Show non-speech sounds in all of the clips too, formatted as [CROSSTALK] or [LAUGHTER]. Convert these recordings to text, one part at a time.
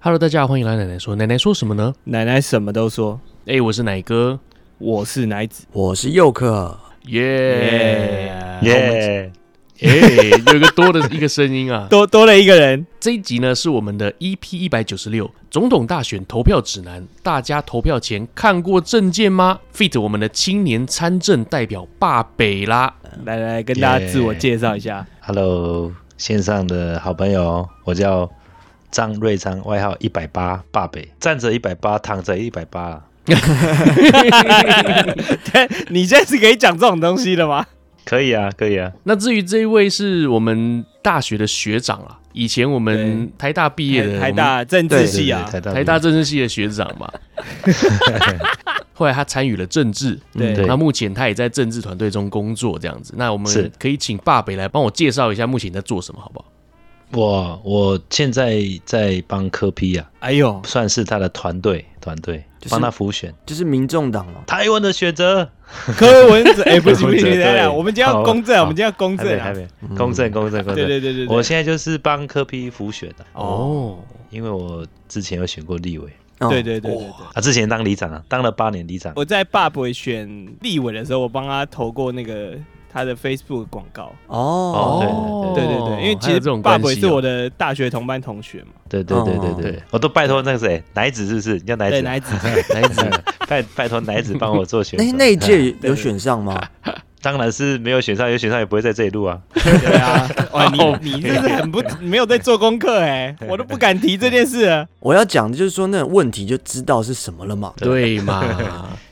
Hello，大家好，欢迎来奶奶说。奶奶说什么呢？奶奶什么都说，哎、我是奶哥，我是奶子。我是佑克，耶耶！耶，哎、有一个多的一个声音啊。 [LAUGHS] 多多了一个人，这一集呢是我们的 EP 一百九十六总统大选投票指南。大家投票前看过证件吗？Fit 我们的青年参政代表霸北啦。来来跟大家自我介绍一下。 Hello，线上的好朋友，我叫张瑞昌，外号一百八霸北，站着一百八，躺着一百八啦， [LAUGHS] 你现在是可以讲这种东西的吗？可以啊，可以啊，那至于这一位是我们大学的学长啊，以前我们台大毕业的，台我们嗯大政治系啊，对对对台台大大政治系的学长 [LAUGHS] 嘛。后来他参与了政治，对对那目前他也在政治团队中工作，这样子。那我是们可以请爸北来帮我介绍一下目前在做什么，好不好？我我现在在帮科批啊，哎呦，算是他的团队团队就是帮他浮选就是民众党哦。台湾的选择，柯文 [LAUGHS] 哲，哎，不行柯不文行，等哲一对下我们今天要好公正，好我们今天要公还没正啊还。没，公正公正公对对对正，对对，我现在就是帮科批浮选的、哦，因为我之前有选过立委哦对对对对对。啊，之前当里长啊，当了八年里长，我在爸爸选立委的时候，我帮他投过那个他的 Facebook 广告。哦，哦对对对，因为其还有实这种爸关爸系是哦、我的大学同班同学嘛，对对对对哦对，我都拜托那个谁奶子是不是？你叫奶对，子啊、奶子，奶子， [LAUGHS] 拜拜托奶子帮我做选那手。 [LAUGHS] 那一届对有选上吗？当然是没有选上，有选上也不会在这里录啊。对 [LAUGHS] 啊，哇，哦你你真是很不啊没有在做功课哎、我都不敢提这件事了。我要讲的就是说那种问题就知道是什么了嘛。对 [LAUGHS] 嘛，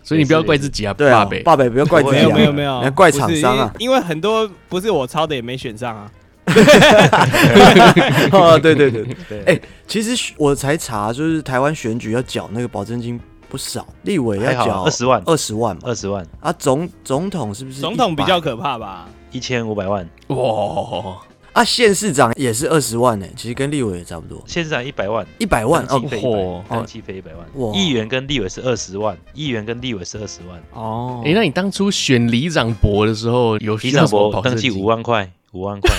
所以你不要怪自己啊，对爸啊，北。爸北不要怪自己没啊，有没有没有你要，怪厂商啊不。是因为因为很多不是我抄的也没选上啊。 [LAUGHS] 哦，对对对，对，哎其实我才查，就是台湾选举要缴那个保证金不少，立委还要缴好啊二十万，嗯二十万嘛，二十万，啊总总统是不是100？总统比较可怕吧？一千五百万，哇，啊，县市长也是二十万呢，其实跟立委也差不多，县长一百万，一百万登哦记费嚯一百，登记费一百万哇，议员跟立委是二十万，议员跟立委是二十万，哦哎、那你当初选里长伯的时候，有李长博博登记五，万块，五万 [LAUGHS] 块，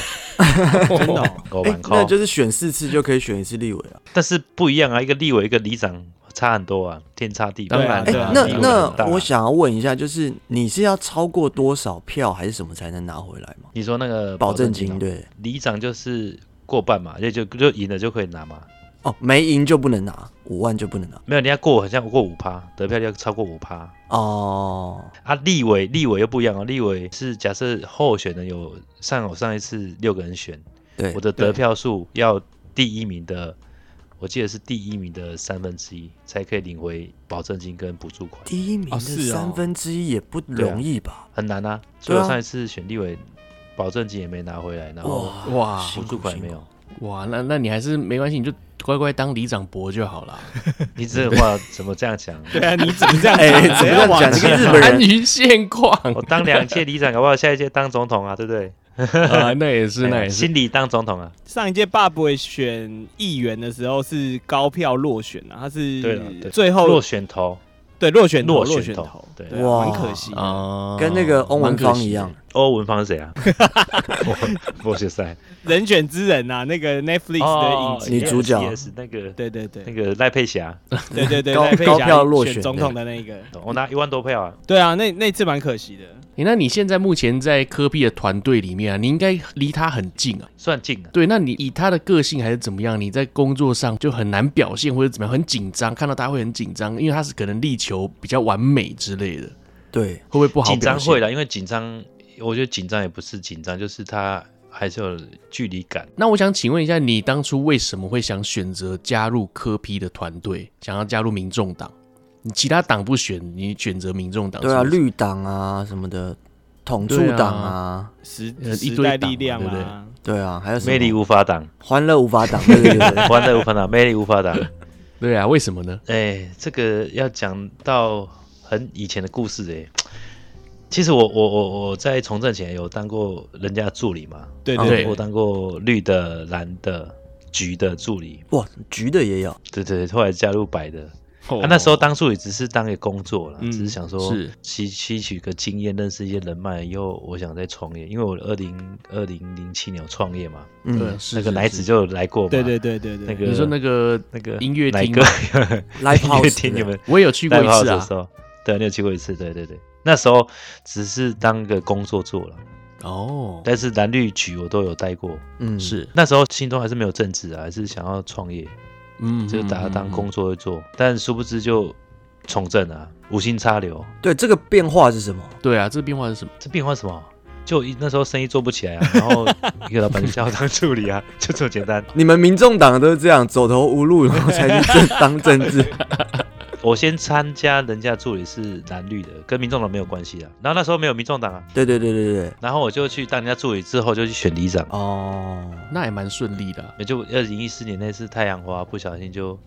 真的哦、五哎万那块，就是选四次就可以选一次立委了。但是不一样啊，一个立委一个里长差很多啊，天差地别。当然哎、对啊那理由立委很大那我想要问一下，就是你是要超过多少票还是什么才能拿回来吗？你说那个保证啊金，对里长就是过半嘛，就就就赢了就可以拿嘛。哦，没赢就不能拿，五万就不能拿没有，你要过好像过五趴，得票率要超过五趴哦。啊。立委立委又不一样哦，立委是假设候选人有上我上一次六个人选，对我，的得对票数要第一名的，我记得是第一名的三分之一才可以领回保证金跟补助款，第一名的哦是哦三分之一也不容易吧？很难啊。所以对啊我上一次选立委，保证金也没拿回来，然后哇哇补辛苦助款也没辛有。哇，那那你还是没关系，你就乖乖当里长伯就好了。你这话怎么这样 [LAUGHS] 讲？对啊，你怎么这样 [LAUGHS] 哎讲？怎么这样讲谁这个要往前日 [LAUGHS] 本人安于现况我当两届里长，搞不好下一届当总统啊，对不对？ [LAUGHS] 啊，那也是，那哎也是。心里当总统啊。上一届爸爸选议员的时候是高票落选啊，他是对了对最后落选头，对落选头落落选选头头，对对啊，哇蛮可惜的。哦 [LAUGHS] 跟那个翁文芳一样，，欧文芳是 [LAUGHS] 谁啊？我我是谁？人选之人呐、啊，那个 Netflix 的哦影集，啊女主角 yes, yes, 那个对对对那个赖佩霞，啊对对对，高赖佩霞高票落选选总统的那一个，我拿一万多票啊，对啊，那那次蛮可惜的。诶那你现在目前在科比的团队里面啊，你应该离他很近啊。算近啊。对，那你以他的个性还是怎么样，你在工作上就很难表现或者怎么样，很紧张，看到他会很紧张，因为他是可能力求比较完美之类的，对，会不会不好紧表张现会？了，因为紧张，我觉得紧张也不是紧张，就是他还是有距离感。那我想请问一下，你当初为什么会想选择加入科批的团队，想要加入民众党？你其他党不选，你选择民众党哦是为对什么？啊，绿党啊什么的，统促对啊党啊，时呃一时堆代党力嘛量对不对啊，对啊，还有什么魅力无法挡，欢乐无法挡，对对对对 [LAUGHS] 欢乐无法挡，魅 [LAUGHS] 力无法挡。对啊，为什么呢？哎，这个要讲到很以前的故事哎。其实我我我我在从政前有当过人家的助理嘛，对对对我当过绿的、蓝的、橘的助理，哇，橘的也有，对对，后来加入白的，哦啊、那时候当初也只是当个工作啦，嗯只是想说是吸吸取个经验，认识一些人脉，以后我想再创业，因为我二零二零零七年有创业嘛，对，嗯，是那个是奶是子就有来过嘛，对对对对对，那个你说那个那个音乐奶厅啊 [LAUGHS] 哥吗， [LAUGHS] Live 音乐 House 厅你们我也有去过一 Live House 次的啊时。候，对，你有去过一次，对对对，那时候只是当个工作做了，哦，但是蓝绿局我都有待过，嗯是，那时候心中还是没有政治啊，还是想要创业，嗯，就是把它当工作在做，但殊不知就从政啊，无心插柳，对这个变化是什么？对啊，这个变化是什么？这变化什么？就一那时候生意做不起来啊，然 [LAUGHS] 后一个老板就叫我当助理啊，就这么简单。你们民众党都是这样走投无路，然后才去政当政 [LAUGHS] 治。我先参加人家助理是蓝绿的，跟民众党没有关系啊。然后那时候没有民众党啊，对对对对对，然后我就去当人家助理之后就去选里长，哦，那也蛮顺利的啊、也就二零一四年那次太阳花不小心就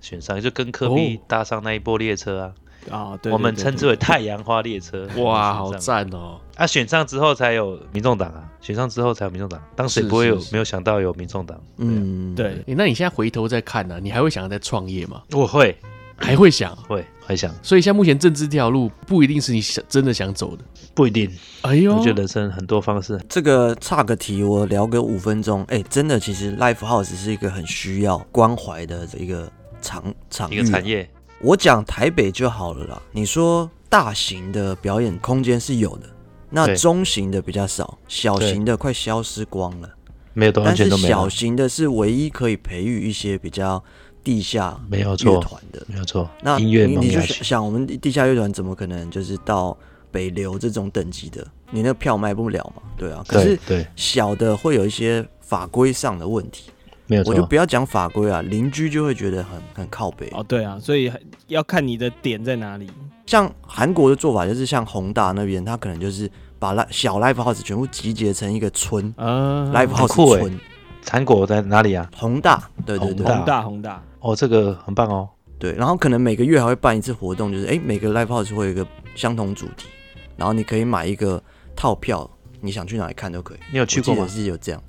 选上，就跟科比哦搭上那一波列车啊，啊，对，我们对称之为太阳花列车。哇，就好是这样赞哦！啊！选上之后才有民众党啊，选上之后才有民众党，当时是也不会有是是没有想到有民众党。嗯，嗯，对对诶那你现在回头再看呢、啊你还会想要再创业吗？我会还会想。会还想所以，像目前政治这条路，不一定是你想真的想走的。不一定，哎啊呦，我觉得人生很多方式这个差个题，我聊个五分钟。哎，真的，其实 Life House 是一个很需要关怀的一个场场一域个啊产业，我讲台北就好了啦。你说大型的表演空间是有的，那对中型的比较少，小型的快消失光了。没有都完但全是都没有小，型的是唯一可以培育一些比较地下没有乐错，团的。没有错。那音乐你萌你就芽想期，想，我们地下乐团怎么可能就是到北流这种等级的？你那票卖不了嘛？对啊。可对是对，小的会有一些法规上的问题，没有我就错不。要讲法规啊，邻居就会觉得很很靠北。哦，对啊，所以还要看你的点在哪里。像韩国的做法就是像宏大那边，他可能就是把 li 小 live house 全部集结成一个村、啊 live 很酷 house 欸村，韩国在哪里啊？宏大，对对宏对宏大宏大，哦，这个很棒哦。对，然后可能每个月还会办一次活动，就是哎、诶每个 live house 会有一个相同主题，然后你可以买一个套票，你想去哪里看都可以。你有我去过记吗得？是有这样，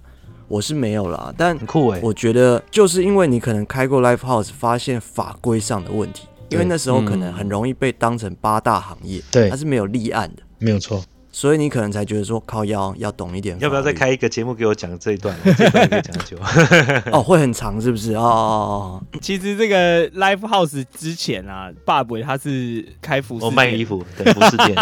我是没有啦，但很酷哎，我觉得就是因为你可能开过 live house，发现法规上的问题，因为对那时候可嗯能很容易被当成八大行业，对它是没有立案的。没有错。所以你可能才觉得说靠腰要懂一点法律，要不要再开一个节目给我讲这一段？这一段可以讲很久。 [LAUGHS] 哦，会很长是不是？哦哦哦哦，其实这个 Live House 之前啊，爸爸他是开服饰我卖店衣服，对，服饰店。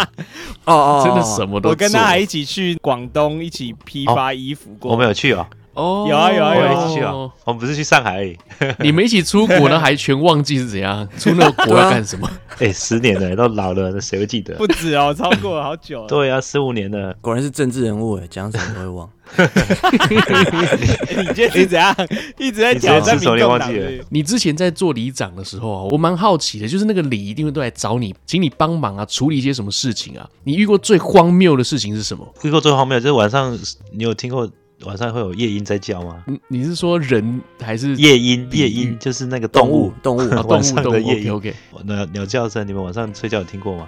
哦哦，真的是什么都做我跟他还一起去广东一起批发衣服过。 [LAUGHS] 哦我们有去哦，哦，有啊有我啊哎呦们一起去哦。我们不是去上海而已。你们一起出国呢，还全忘记是怎样出那个国要干什么？ [LAUGHS] 哎，十年了，都老了，那谁会记得？不止哦，超过了好久了。对啊，十五年了。果然是政治人物哎，讲什么都会忘。哎 [LAUGHS] 你今天是怎样？ [LAUGHS] 一直在挑战民众党是不是你之前在做里长的时候啊，我蛮好奇的，就是那个里一定会都来找你，请你帮忙啊，处理一些什么事情啊？你遇过最荒谬的事情是什么？遇过最荒谬就是晚上，你有听过晚上会有夜莺在叫吗？你你是说人还是夜莺，夜嗯莺就是那个动 [LAUGHS] 动物物，，动物，啊动晚物上动物的夜莺 OK，鸟鸟叫声。你们晚上睡觉有听过吗？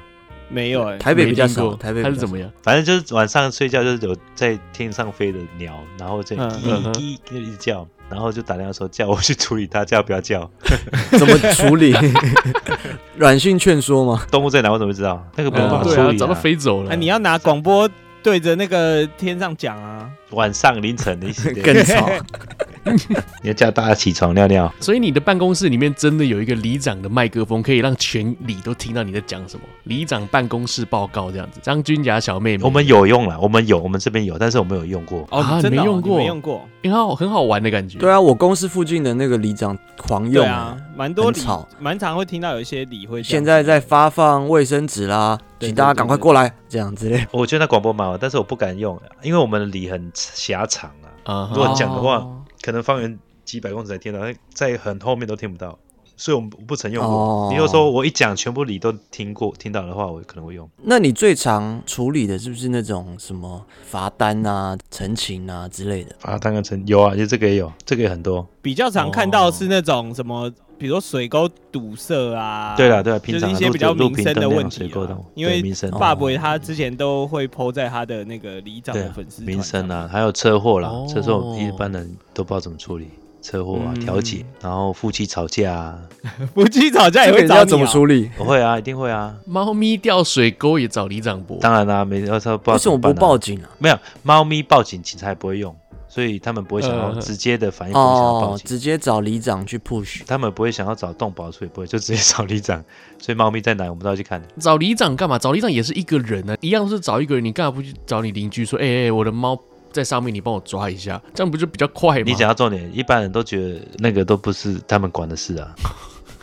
没有哎、台北比较少，过，台北它比是较怎少 [LAUGHS] 么样？反正就是晚上睡觉就是有在天上飞的鸟，然后在嗯嗯咦哼咦就一直叫，然后就打电话说叫我去处理它，叫我不要叫。怎么处理？ [LAUGHS] 软性劝说吗？动物在哪我怎么会知道？那个不用啊办法对处啊，理早啊、都飞走了啊，。你要拿广播对着那个天上讲啊。晚上凌晨的一些点，更吵，你要叫大家起床尿尿。所以你的办公室里面真的有一个里长的麦克风，可以让全里都听到你在讲什么。里长办公室报告这样子，张君雅小妹妹，我们有用了，我们有，我们这边有，但是我没有用过。哦，啊真的哦没用你过没用过。很哎好很好玩的感觉。对啊，我公司附近的那个里长狂用对欸啊，，蛮多很理吵，蛮常会听到有一些理会这样现在在发放卫生纸啦，对请大家赶快过来，这样之类。我觉得那广播蛮好，但是我不敢用，因为我们的里很狭长啊，啊哈，如果讲的话哦可能方圆几百公尺才听到，在很后面都听不到，所以我们不曾用过。哦你就说我一讲全部里都听过听到的话，我可能会用。那你最常处理的是不是那种什么罚单啊、陈情啊之类的？啊，当然成有啊，就这个也有，这个也很多。比较常看到哦是那种什么，比如说水沟堵塞啊。对了对了，平就是常一啊些路比较路民平生的灯问亮题水沟啊灯，，因对为民生哦爸伯他之前都会 PO 在他的那个里长对的啊粉丝团民生上面啊，还有车祸啦哦，车祸一般人都不知道怎么处理。车祸啊、调解，然后夫妻吵架啊， [LAUGHS] 夫妻吵架也这个会你找要你怎么哦处理？我会 [LAUGHS] 啊，一定会啊。猫咪掉水沟也找李长博，当然啦、没要他报为什么不报？警啊？没有，猫咪报警，警察也不会用，所以他们不会想要呃直接的反应，不会想要报哦，警。直接找里长去 push。他们不会想要找动保处，也不会 [LAUGHS] 就直接找里长，所以猫咪在哪我们都要去看。找里长干嘛？找里长也是一个人呢、啊，一样是找一个人，你干嘛不去找你邻居说，哎、哎、我的猫在上面，你帮我抓一下，这样不就比较快吗？你讲到重点，一般人都觉得那个都不是他们管的事啊，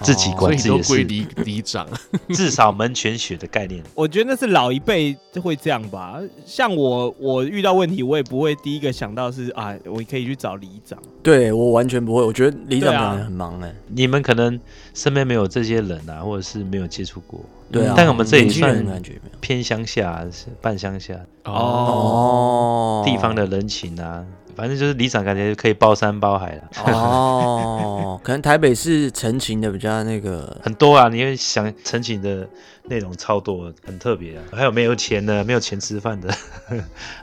自己哦所管以你自己都的归事，里 [LAUGHS] 里长，至少门前雪的概念。我觉得那是老一辈就会这样吧。像我，我遇到问题，我也不会第一个想到是啊，我可以去找里长。对我完全不会，我觉得里长对啊可能很忙哎。你们可能身边没有这些人啊，或者是没有接触过，对啊，但我们这里年轻算人感觉没有偏乡下、是半乡下、哦，哦地方的人情啊，反正就是里长感觉可以包山包海了， [LAUGHS] 哦，可能台北市陈情的比较那个很多啊。你会想陈情的内容超多，很特别啊。还有没有钱的，没有钱吃饭的， [LAUGHS]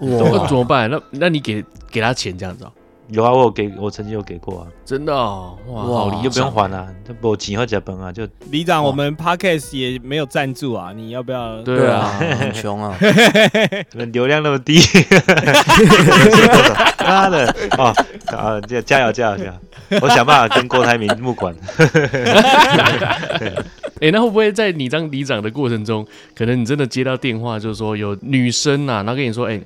那哇怎么办？那那你给给他钱这样子哦，有啊，我有给我曾经有给过啊，真的哦，哇，哇好理你就不用还啊，就没钱或加崩 [LAUGHS] 啊，就里长，我们 podcast 也没有赞助啊，你要不要？对对啊啊，，很穷啊，流量那么 [LAUGHS] 低，妈的啊啊！加加油加油加油！我想办法跟郭台铭 [LAUGHS] 募款。哎、那会不会在你当里长的过程中，可能你真的接到电话，就是说有女生啊，然后跟你说，哎、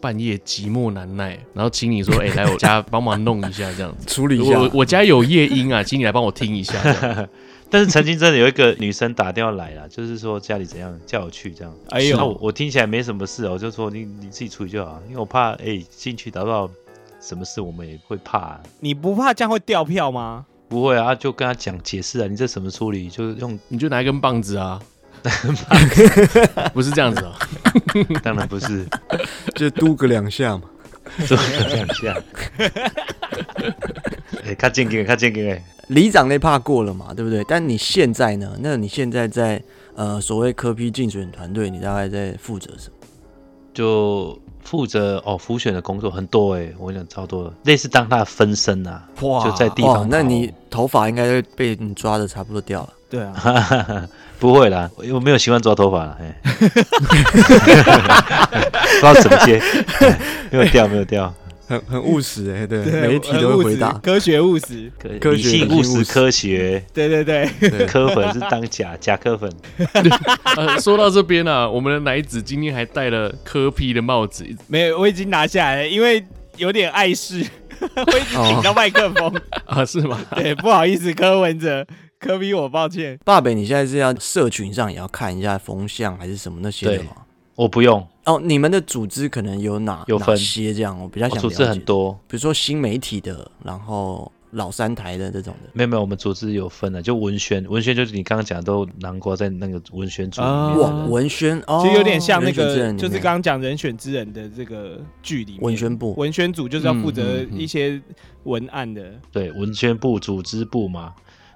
半夜寂寞难耐，然后请你说，哎、来 [LAUGHS] 我家帮忙 [LAUGHS] 弄一下这样子。处理我我家有夜莺啊，请你来帮我听一下。 [LAUGHS] 这样但是曾经真的有一个女生打电话来了，就是说家里怎样，叫我去这样。哎那呦，我我听起来没什么事啊，我就说你你自己处理就好，因为我怕哎进、去打到什么事，我们也会怕啊、你不怕这样会掉票吗？不会啊，就跟他讲解释啊，你这什么处理，就是用你就拿一根棒子啊， [LAUGHS] 不是这样子哦、当然不是就嘟个两下嘛。做两下。 [LAUGHS] 哎、看见给，看见给，里长那怕过了嘛，对不对？但你现在呢？那你现在在呃所谓科批竞选团队，你大概在负责什么？就负责哦浮选的工作很多哎、我跟你讲超多的，类似当他的分身啊，哇，就在地哇方，跑。哦那你头发应该被你抓的差不多掉了。对啊， [LAUGHS] 不会啦，我我没有习惯抓头发啦，哎、不知道怎么接，哎没有掉，没有掉。很很务实哎、 [LAUGHS] 对对很务实科学务实，科科理学性理性务务实实科学对对对，科粉是当假假科粉，呃说到这边啊，我们的奶子今天还戴了科皮的帽子，没有，我已经拿下来了，因为有点碍事， [LAUGHS] 我已经顶到麦克风，哦啊，是吗？对，不好意思，柯文哲，柯比，我抱歉。爸北，你现在是要社群上也要看一下风向还是什么那些的吗？我不用，哦，你们的组织可能有哪有分哪些这样？我比较我想组织了很解，多，比如说新媒体的，然后老三台的这种的。没有没有，我们组织有分的，啊就文宣，文宣就是你刚刚讲的都囊括在那个文宣组里面哇的，人。文宣哦，其实有点像那人选之个，人里就是面刚刚讲《人选之人》的这个剧里面文宣部文宣组就是要负责嗯嗯嗯一些文案的，对文宣部、组织部嘛。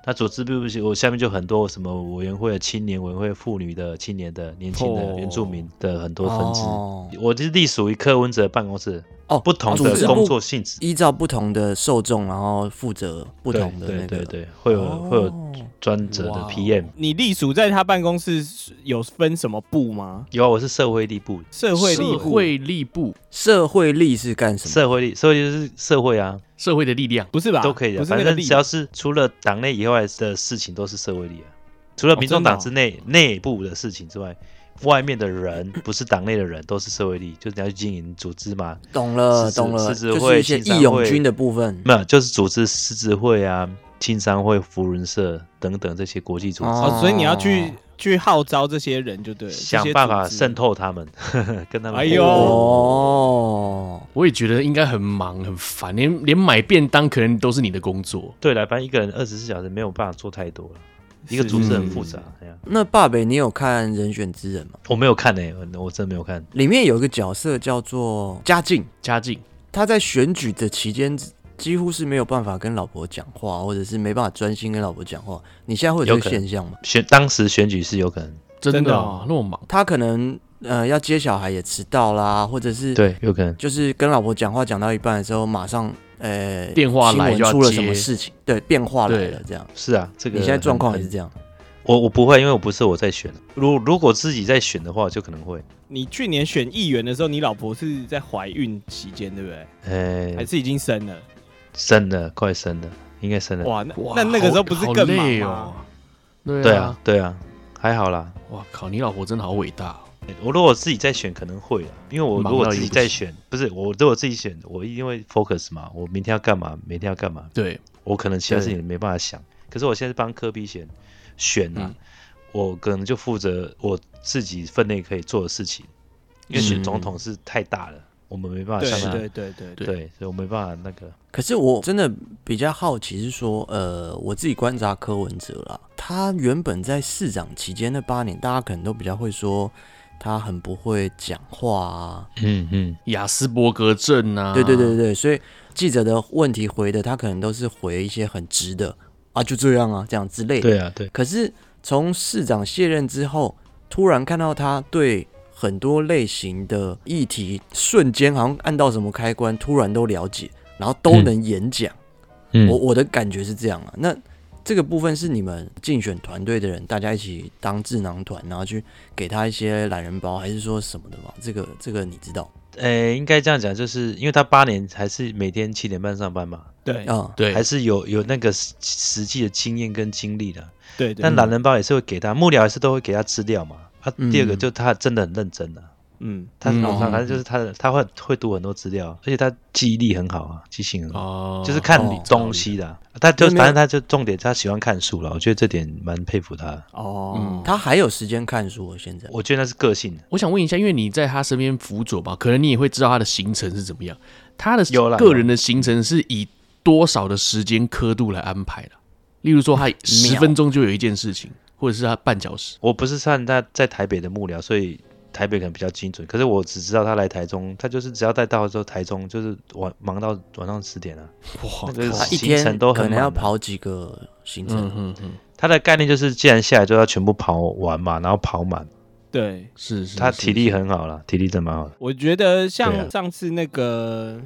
那组织部是我下面就很多什么委员会、青年委员会、妇女的、青年的、年轻的、哦原住民的很多分支。哦我就是隶属于柯文哲办公室，哦，不同组织的部工作性质。依照不同的受众，然后负责不同的那对个，对对对，会有、哦会有专责的哇哦 PM。你隶属在他办公室有分什么部吗？有啊，我是社会力部，社会力社部会力部，社会力是干什么？社会力，社会力就是社会啊，社会的力量。不是吧？都可以的，不是那反个正力只要是除了党内以外的事情都是社会力啊。除哦了民众党之内、内部的事情之外，外面的人不是党内的人都是社会力，就是你要去经营组织嘛，懂了，狮子懂了，狮子就会是一些青商义勇会军的部分。没有就是组织狮子会啊、青商会、福伦社等等这些国际组织。哦哦，所以你要去去号召这些人就对了，想办法这些组织。渗透他们， [LAUGHS] 跟他们。哎呦哦，我也觉得应该很忙很烦，连连买便当可能都是你的工作。对了，反正一个人二十四小时没有办法做太多了，一个是嗯组织很复杂。哎呀那爸北，你有看《人选之人》吗？我没有看呢、我真没有看。里面有一个角色叫做嘉靖，家境他在选举的期间几乎是没有办法跟老婆讲话，或者是没办法专心跟老婆讲话。你现在会有有这可个能现象吗？选当时选举是有可能，真真的的啊哦那么忙，他可能呃要接小孩也迟到啦，或者是对，有可能。就是跟老婆讲话讲到一半的时候，马上呃电话来新就要闻出了接什么事情，对，变化来对了这样。是啊，这个你现在状况也很是这样，我我不会，因为我不是我在选。如如果自己在选的话，就可能会。你去年选议员的时候，你老婆是在怀孕期间，对不对？哎、还是已经生了？生了，快生了，应该生了。哇，那哇那那个时候不是好更好忙累吗哦？？对对啊啊，，对啊，还好啦。哇靠，你老婆真的好伟大哦、我如果自己在选，可能会啊，因为我忙如果到自一己个在不选，不是我如果自己选，我一定会 focus 嘛，我明天要干嘛，明天要干嘛，对，我可能其他事对情没办法想。可是我现在是帮科比选选啊，嗯我可能就负责我自己分内可以做的事情，因为选总统是太大了，我们没办法对像他，对对对对，对所以我没办法那个。可是我真的比较好奇是说，呃，我自己观察柯文哲啦，他原本在市长期间那八年，大家可能都比较会说他很不会讲话啊，嗯嗯，雅斯伯格症啊，对对对对，对，所以记者的问题回的他可能都是回一些很直的啊，就这样啊，这样之类的。对啊，对。可是从市长卸任之后，突然看到他对很多类型的议题，瞬间好像按到什么开关，突然都了解，然后都能演讲。嗯我我的感觉是这样啊。那这个部分是你们竞选团队的人，大家一起当智囊团，然后去给他一些懒人包，还是说什么的吗？这个这个你知道呃，应该这样讲，就是因为他八年还是每天七点半上班嘛，对啊？对，还是有有那个实实际的经验跟经历的。对对，但懒人包也是会给他，幕僚也是都会给他资料嘛。啊，嗯第二个就他真的很认真啊，嗯，他嗯我看哦反正就是他的他会会读很多资料，而且他记忆力很好啊，记性很好，哦，就是看哦东西的啊。他就没有没有反正他就重点他喜欢看书了，我觉得这点蛮佩服他的。哦，他还有时间看书哦，现在嗯我觉得那是个性的，我想问一下，因为你在他身边辅佐嘛，可能你也会知道他的行程是怎么样。他的有啦个人的行程是以多少的时间刻度来安排的？例如说，他十分钟就有一件事情，或者是他半小时。我不是算他在台北的幕僚，所以台北可能比较精准。可是我只知道他来台中，他就是只要带到之后，台中就是晚忙到晚上十点啊。哇那个他靠！一行程天都很可能要满啊跑几个行程，嗯嗯嗯，他的概念就是，既然下来就要全部跑完嘛，然后跑满。对。是是，他嗯是体力很好了，体力真蛮好的。我觉得对像啊上次那个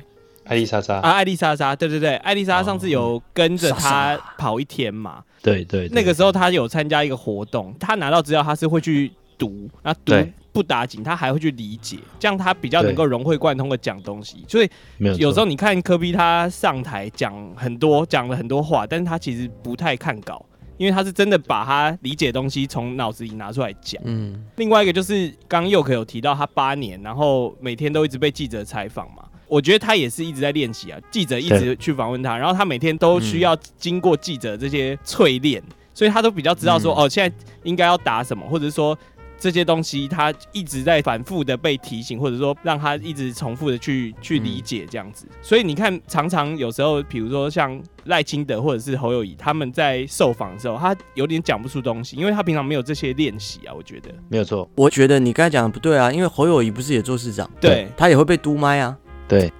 艾丽莎莎，啊，艾丽莎莎，对对对，艾丽莎上哦嗯次有跟着莎他跑一天嘛，对对，对那个时候他有参加一个活动，他拿到资料他是会去读，那读对不打紧，他还会去理解，这样他比较能够融会贯通的讲东西。所以没有错有时候你看科比他上台讲很多，讲了很多话，但是他其实不太看稿。因为他是真的把他理解的东西从脑子里拿出来讲。嗯，另外一个就是刚佑可有提到他八年，然后每天都一直被记者采访嘛。我觉得他也是一直在练习啊，记者一直去访问他，然后他每天都需要经过记者这些淬炼，所以他都比较知道说、嗯哦，现在应该要打什么，或者说这些东西他一直在反复的被提醒，或者说让他一直重复的去去理解这样子。所以你看，常常有时候，比如说像赖清德或者是侯友谊他们在受访的时候，他有点讲不出东西，因为他平常没有这些练习啊，我觉得。没有错，我觉得你刚才讲的不对啊，因为侯友谊不是也做市长，对，他也会被嘟麦啊，对，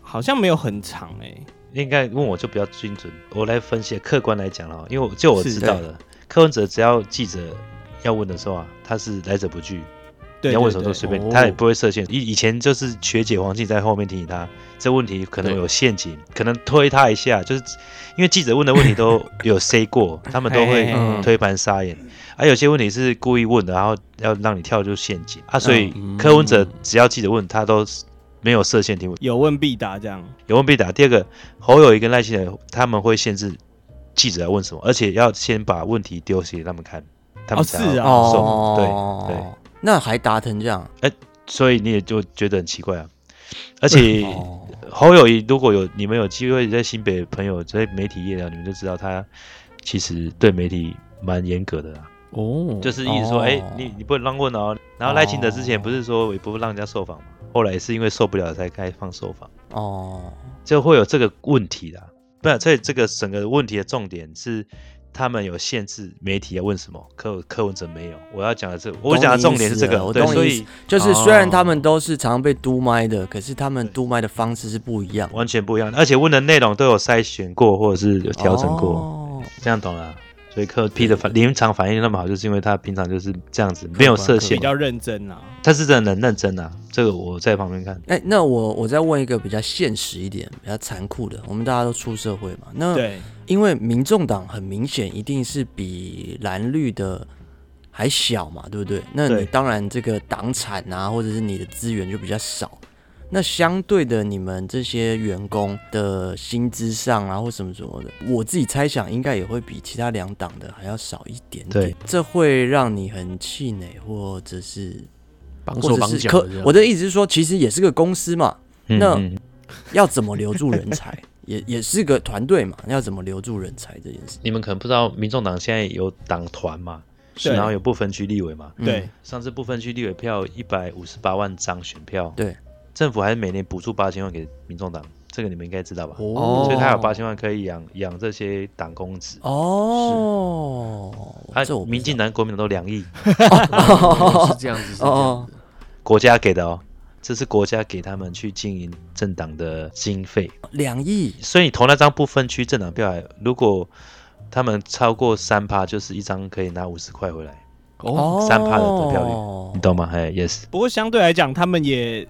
好像没有很长哎、应该问我就比较精准。我来分析，客观来讲了，因为我就我是知道的，柯文哲只要记者要问的时候啊，他是来者不拒，对你要问什么对都随便，哦他也不会设限。以以前就是学姐黄静在后面提醒他，这问题可能对有陷阱，可能推他一下，就是因为记者问的问 [LAUGHS] 题都有 say 过，他们都嘿嘿会嘿嗯推盘撒眼。啊，有些问题是故意问的，然后要让你跳就是陷阱啊，所以嗯柯文哲只要记者问他都是没有设限题目，有问必答这样。有问必答。第二个，侯友谊跟赖清德他们会限制记者要问什么，而且要先把问题丢给他们看，他哦们才是要啊送对。对哦，对，那还达成这样，所以你也就觉得很奇怪啊。而且哦，侯友谊，如果有你们有机会在新北的朋友在媒体业聊，你们就知道他其实对媒体蛮严格的啦，哦，就是一直说，哦哎、你你不能乱问哦。然后赖清德之前不是说也不让人家受访嘛，后来是因为受不了才开放受访，哦，就会有这个问题啦。不然，所以这个整个问题的重点是。他们有限制媒体要问什么，柯柯文哲没有。我要讲的是，我讲的重点是这懂你意思了个，我对，懂你所意以思就是虽然他们哦都是常被嘟麦的，可是他们嘟麦的方式是不一样，完全不一样，而且问的内容都有筛选过或者是有调整过，哦这样懂了啊？所以柯批的反临场反应那么好，就是因为他平常就是这样子，没有设比限，较认真啊。他是真的很认真啊。这个我在旁边看，哎、那我我再问一个比较现实一点、比较残酷的，我们大家都出社会嘛，那对，因为民众党很明显一定是比蓝绿的还小嘛，对不对？那你对当然这个党产啊，或者是你的资源就比较少。那相对的，你们这些员工的薪资上啊，或什么什么的，我自己猜想应该也会比其他两党的还要少一点点对。这会让你很气馁，或者是绑手或者绑是脚可的这样。我的意思是说，其实也是个公司嘛，嗯那嗯要怎么留住人才，也也是个团队嘛，要怎么留住人才这件事。你们可能不知道，民众党现在有党团嘛，是然后有不分区立委嘛，嗯对，上次不分区立委票一百五十八万张选票，对，政府还是每年补助八千万给民众党，这个你们应该知道吧？哦，所以他有八千万可以养养这些党公职。哦，啊这我，不民进知道党、国民党都两亿，哦是这样子，是这样哦子。国家给的哦，这是国家给他们去经营政党的经费。两亿所以你投那张不分区政党票，如果他们超过三趴，就是一张可以拿五十块回来，哦，三趴的得票率率你懂吗？哎，yes。不过相对来讲，他们也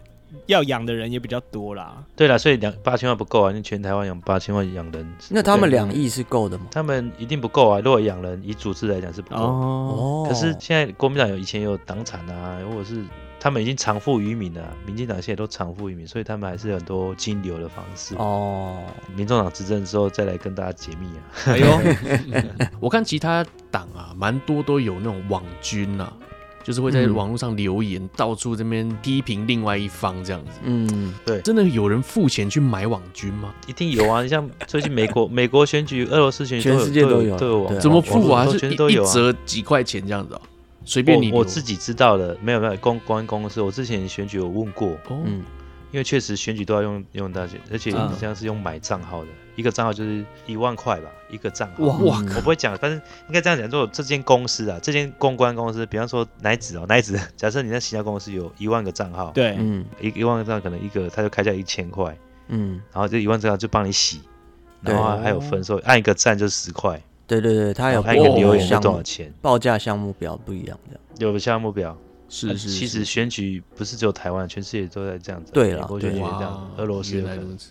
要养的人也比较多啦。对了，所以两八千万不够啊，你全台湾养八千万养人，那他们对两亿是够的吗？他们一定不够啊。如果养人，以组织来讲是不够。哦，哦，可是现在国民党有以前也有党产啊，或者是他们已经偿富于民了、民进党现在都偿富于民，所以他们还是有很多金流的方式。哦，民众党执政之后再来跟大家解密啊。哎呦，我看其他党啊，蛮多都有那种网军啊，就是会在嗯网络上留言，到处这边批评另外一方这样子。嗯，真的有人付钱去买网军吗？一定有啊！你像最近美国 [LAUGHS] 美国选举、俄罗斯选举都有，全世界都都有都有网对啊怎么付啊？网络就全一部都有一啊。折几块钱这样子哦，随便你我我留自己知道的，没有没有公公安公司，我之前选举有问过，哦，嗯因为确实选举都要用用到这，而且嗯你像是用买账号的，一个账号就是一万块吧，一个账 [LAUGHS] 号。哇哇我不会讲，但是应该这样讲，如果这间公司啊，这间公关公司，比方说奶子哦，奶子， [LAUGHS] 假设你在其他公司有一万个账号，，对，嗯一一万个账号可能一个他就开价一千块，嗯，然后这一万账号就帮你洗，对然后还有分数，按一个赞就十块，对对对，他还有有按一个哦留言就项多少目钱，报价项目表不一样这样。有个项目表。是是，啊其实是选举不是只有台湾，全世界都在这样子啊。对啦美国对选举也哇这样，俄罗斯也原这来样如此。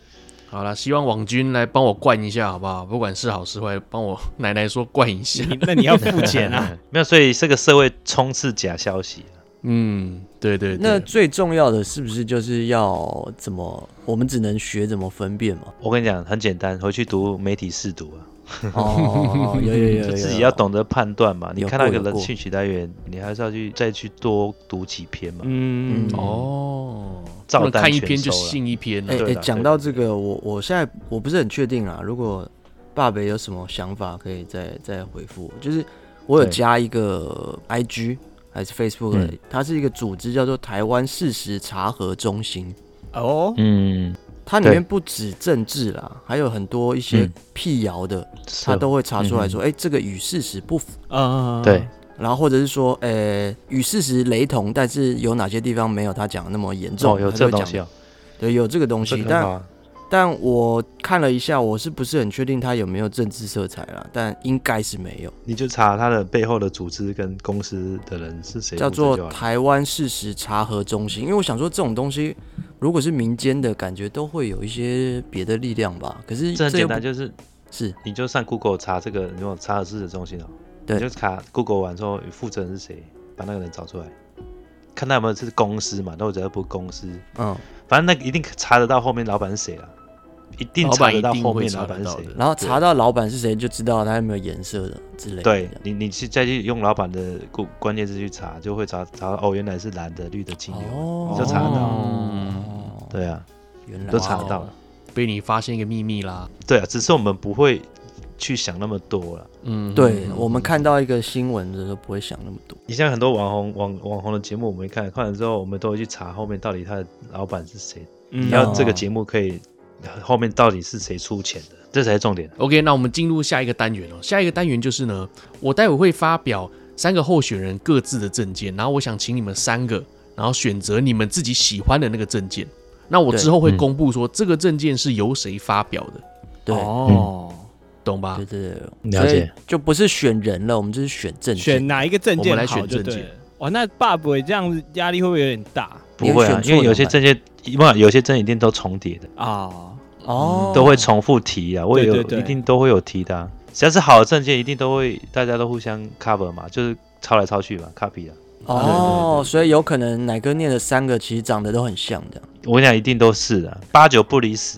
好了，希望网军来帮我灌一下，好不好？不管是好是坏，帮我奶奶说灌一下。你那你要付钱 [LAUGHS] 啊。没有，所以这个社会充斥假消息。啊嗯，对对对。那最重要的是不是就是要怎么？我们只能学怎么分辨嘛。我跟你讲，很简单，回去读媒体试读啊， [LAUGHS] 哦，有有有有就有，自己要懂得判断嘛。你有看到一过个有人过讯息来源，你还是要去再去多读几篇嘛。嗯嗯哦，照不能单看一全篇就收了信一篇了嗯哎。对哎，啦讲对到对这个，我我现在我不是很确定啦。如果爸北有什么想法，可以再再回复我。就是我有对加一个 IG 还是 Facebook，的、嗯它是一个组织叫做台湾事实查核中心，哦，嗯，它里对面不止政治啦，还有很多一些嗯辟谣的，是它哦都会查出来嗯说，哎、这个与事实不符。嗯，对，然后或者是说，呃，与事实雷同，但是有哪些地方没有他讲的那么严重？哦，有它这就会东讲西哦，对，有这个东这西，个很但好啊但我看了一下，我是不是很确定它有没有政治色彩啦？但应该是没有。你就查他的背后的组织跟公司的人是谁负责就叫好了，做台湾事实查核中心，因为我想说这种东西，如果是民间的感觉，都会有一些别的力量吧。可是这很又简不单，就是是你就上 Google 查这个，你有查核事实中心哦，对你就查 Google 完之后，负责人是谁，把那个人找出来，看他有没有是公司嘛，都只要不公司，嗯，反正那个一定查得到后面老板是谁了，一定老查板得一到定后会面查老得板是到谁的。然后查到老板是谁，就知道他有没有颜色的之类的。对你，你去再去用老板的关关键字去查，就会查查到哦，原来是蓝的、绿的金牛，哦，你就查得到。哦，对啊，原来都查得哇到哦了。被你发现一个秘密啦。对啊，只是我们不会去想那么多了。嗯，对嗯我们看到一个新闻的时候，不会想那么多。你像很多网红网网红的节目，我们看看了之后，我们都会去查后面到底他的老板是谁。你你哦要这个节目可以后面到底是谁出钱的，这才是重点。 OK，那我们进入下一个单元哦。下一个单元就是呢，我待会会发表三个候选人各自的证件，然后我想请你们三个，然后选择你们自己喜欢的那个证件。那我对之后会嗯公布说这个证件是由谁发表的。对，哦，懂吧对？对对，了解，就不是选人了，我们这是选嗯证件。选哪一个证我们件来好选就证对件了。哇，那爸不会这样子压力会不会有点大不会啊你选，错因为有些怎么证件，不，有些证一定都重叠的，啊？哦，都会重复提啊，我也有对对对一定都会有提的、啊。只要是好的证件，一定都会大家都互相 cover 嘛，就是抄来抄去嘛，copy 啊。哦，所以有可能奶哥念的三个其实长得都很像的。我跟你讲，一定都是的、啊八九不离十。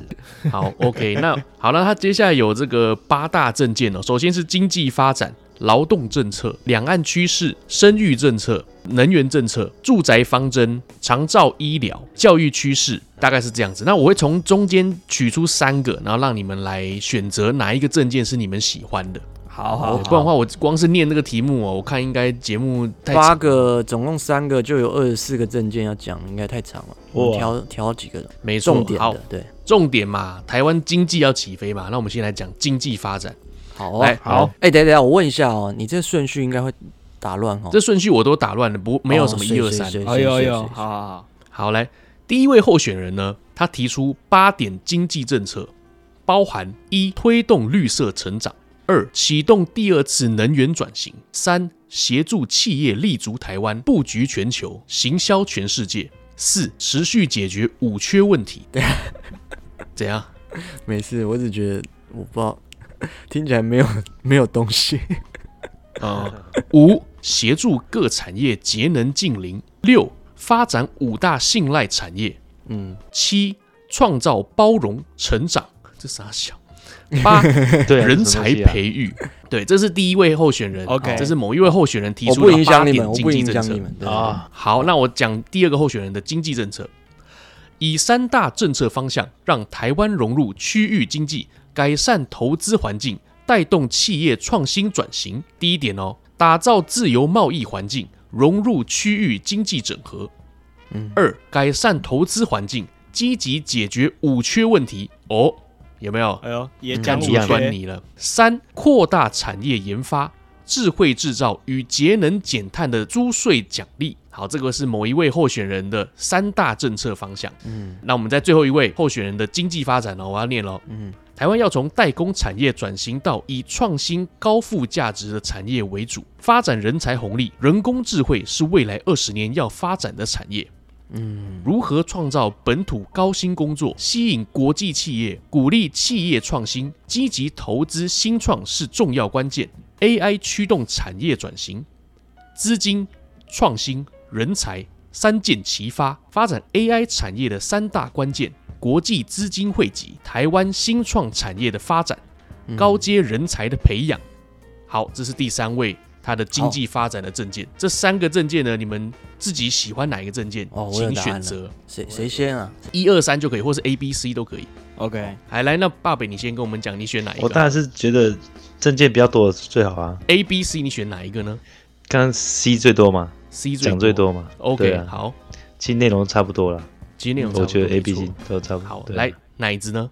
好，OK，那好了，它接下来有这个八大政见哦。首先是经济发展、劳动政策、两岸趋势、生育政策、能源政策、住宅方针、长照医疗、教育趋势，大概是这样子。那我会从中间取出三个，然后让你们来选择哪一个政见是你们喜欢的。好对好不然的好，话，我光是念那个题目哦，我看应该节目太八长。个，总共三个，就有二十四个证件要讲，应该太长了。我们哇挑挑几个没错，重点好的，，对，重点嘛，台湾经济要起飞嘛，那我们先来讲经济发展。好哦来，好，哎，等一下等一下，我问一下哦，你这顺序应该会打乱哦。这顺序我都打乱了，不没有什么哦一是二是三。是哎呦哎是是呦，是好好好，好，来，第一位候选人呢，他提出八点经济政策，包含一推动绿色成长，二启动第二次能源转型，三协助企业立足台湾，布局全球，行销全世界，四持续解决五缺问题。啊 [LAUGHS] 怎样？没事，我只觉得我不知道，听起来没有没有东西。 [LAUGHS] 呃，五协助各产业节能净零，六发展五大信赖产业，嗯，七创造包容成长，这啥 [LAUGHS] 小？八对啊、人什么才东西啊培育，对，这是第一位候选人啊 OK 这是某一位候选人提我出不的影八响你点们，我经不济影政响策你。们对啊，好，那我讲第二个候选人的经济政策，以三大政策方向让台湾融入区域经济，改善投资环境，带动企业创新转型。第一点哦，打造自由贸易环境，融入区域经济整合。嗯二，改善投资环境，积极解决五缺问题。哦，有没有？哎呦，也嗯看讲五出样端缺，倪了。三、扩大产业研发、智慧制造与节能减碳的租税奖励。好，这个是某一位候选人的三大政策方向。嗯那我们在最后一位候选人的经济发展哦，我要念喽。嗯，台湾要从代工产业转型到以创新高附加值的产业为主，发展人才红利。人工智慧是未来二十年要发展的产业。嗯，如何创造本土高薪工作，吸引国际企业，鼓励企业创新，积极投资新创是重要关键。AI 驱动产业转型，资金、创新、人才三箭齐发，发展 AI 产业的三大关键：国际资金汇集、台湾新创产业的发展、嗯高阶人才的培养。好，这是第三位他的经济发展的证件。这三个证件呢，你们自己喜欢哪一个证件，哦我有请答案选了择谁谁先啊？一二三就可以，或是 A、B、C 都可以。 OK，来来，那爸爸，你先跟我们讲，你选哪一我当个然是觉得证件比较多的是最好啊。 ？A、B、C，你选哪一个呢刚刚 C 最多嘛， ？C 最讲最。多嘛。 OK，、对啊，好，其实内容差不多了。今天内容差我不多觉得 A、没 B、错 C 都差不多。好，对啊来，哪一只呢？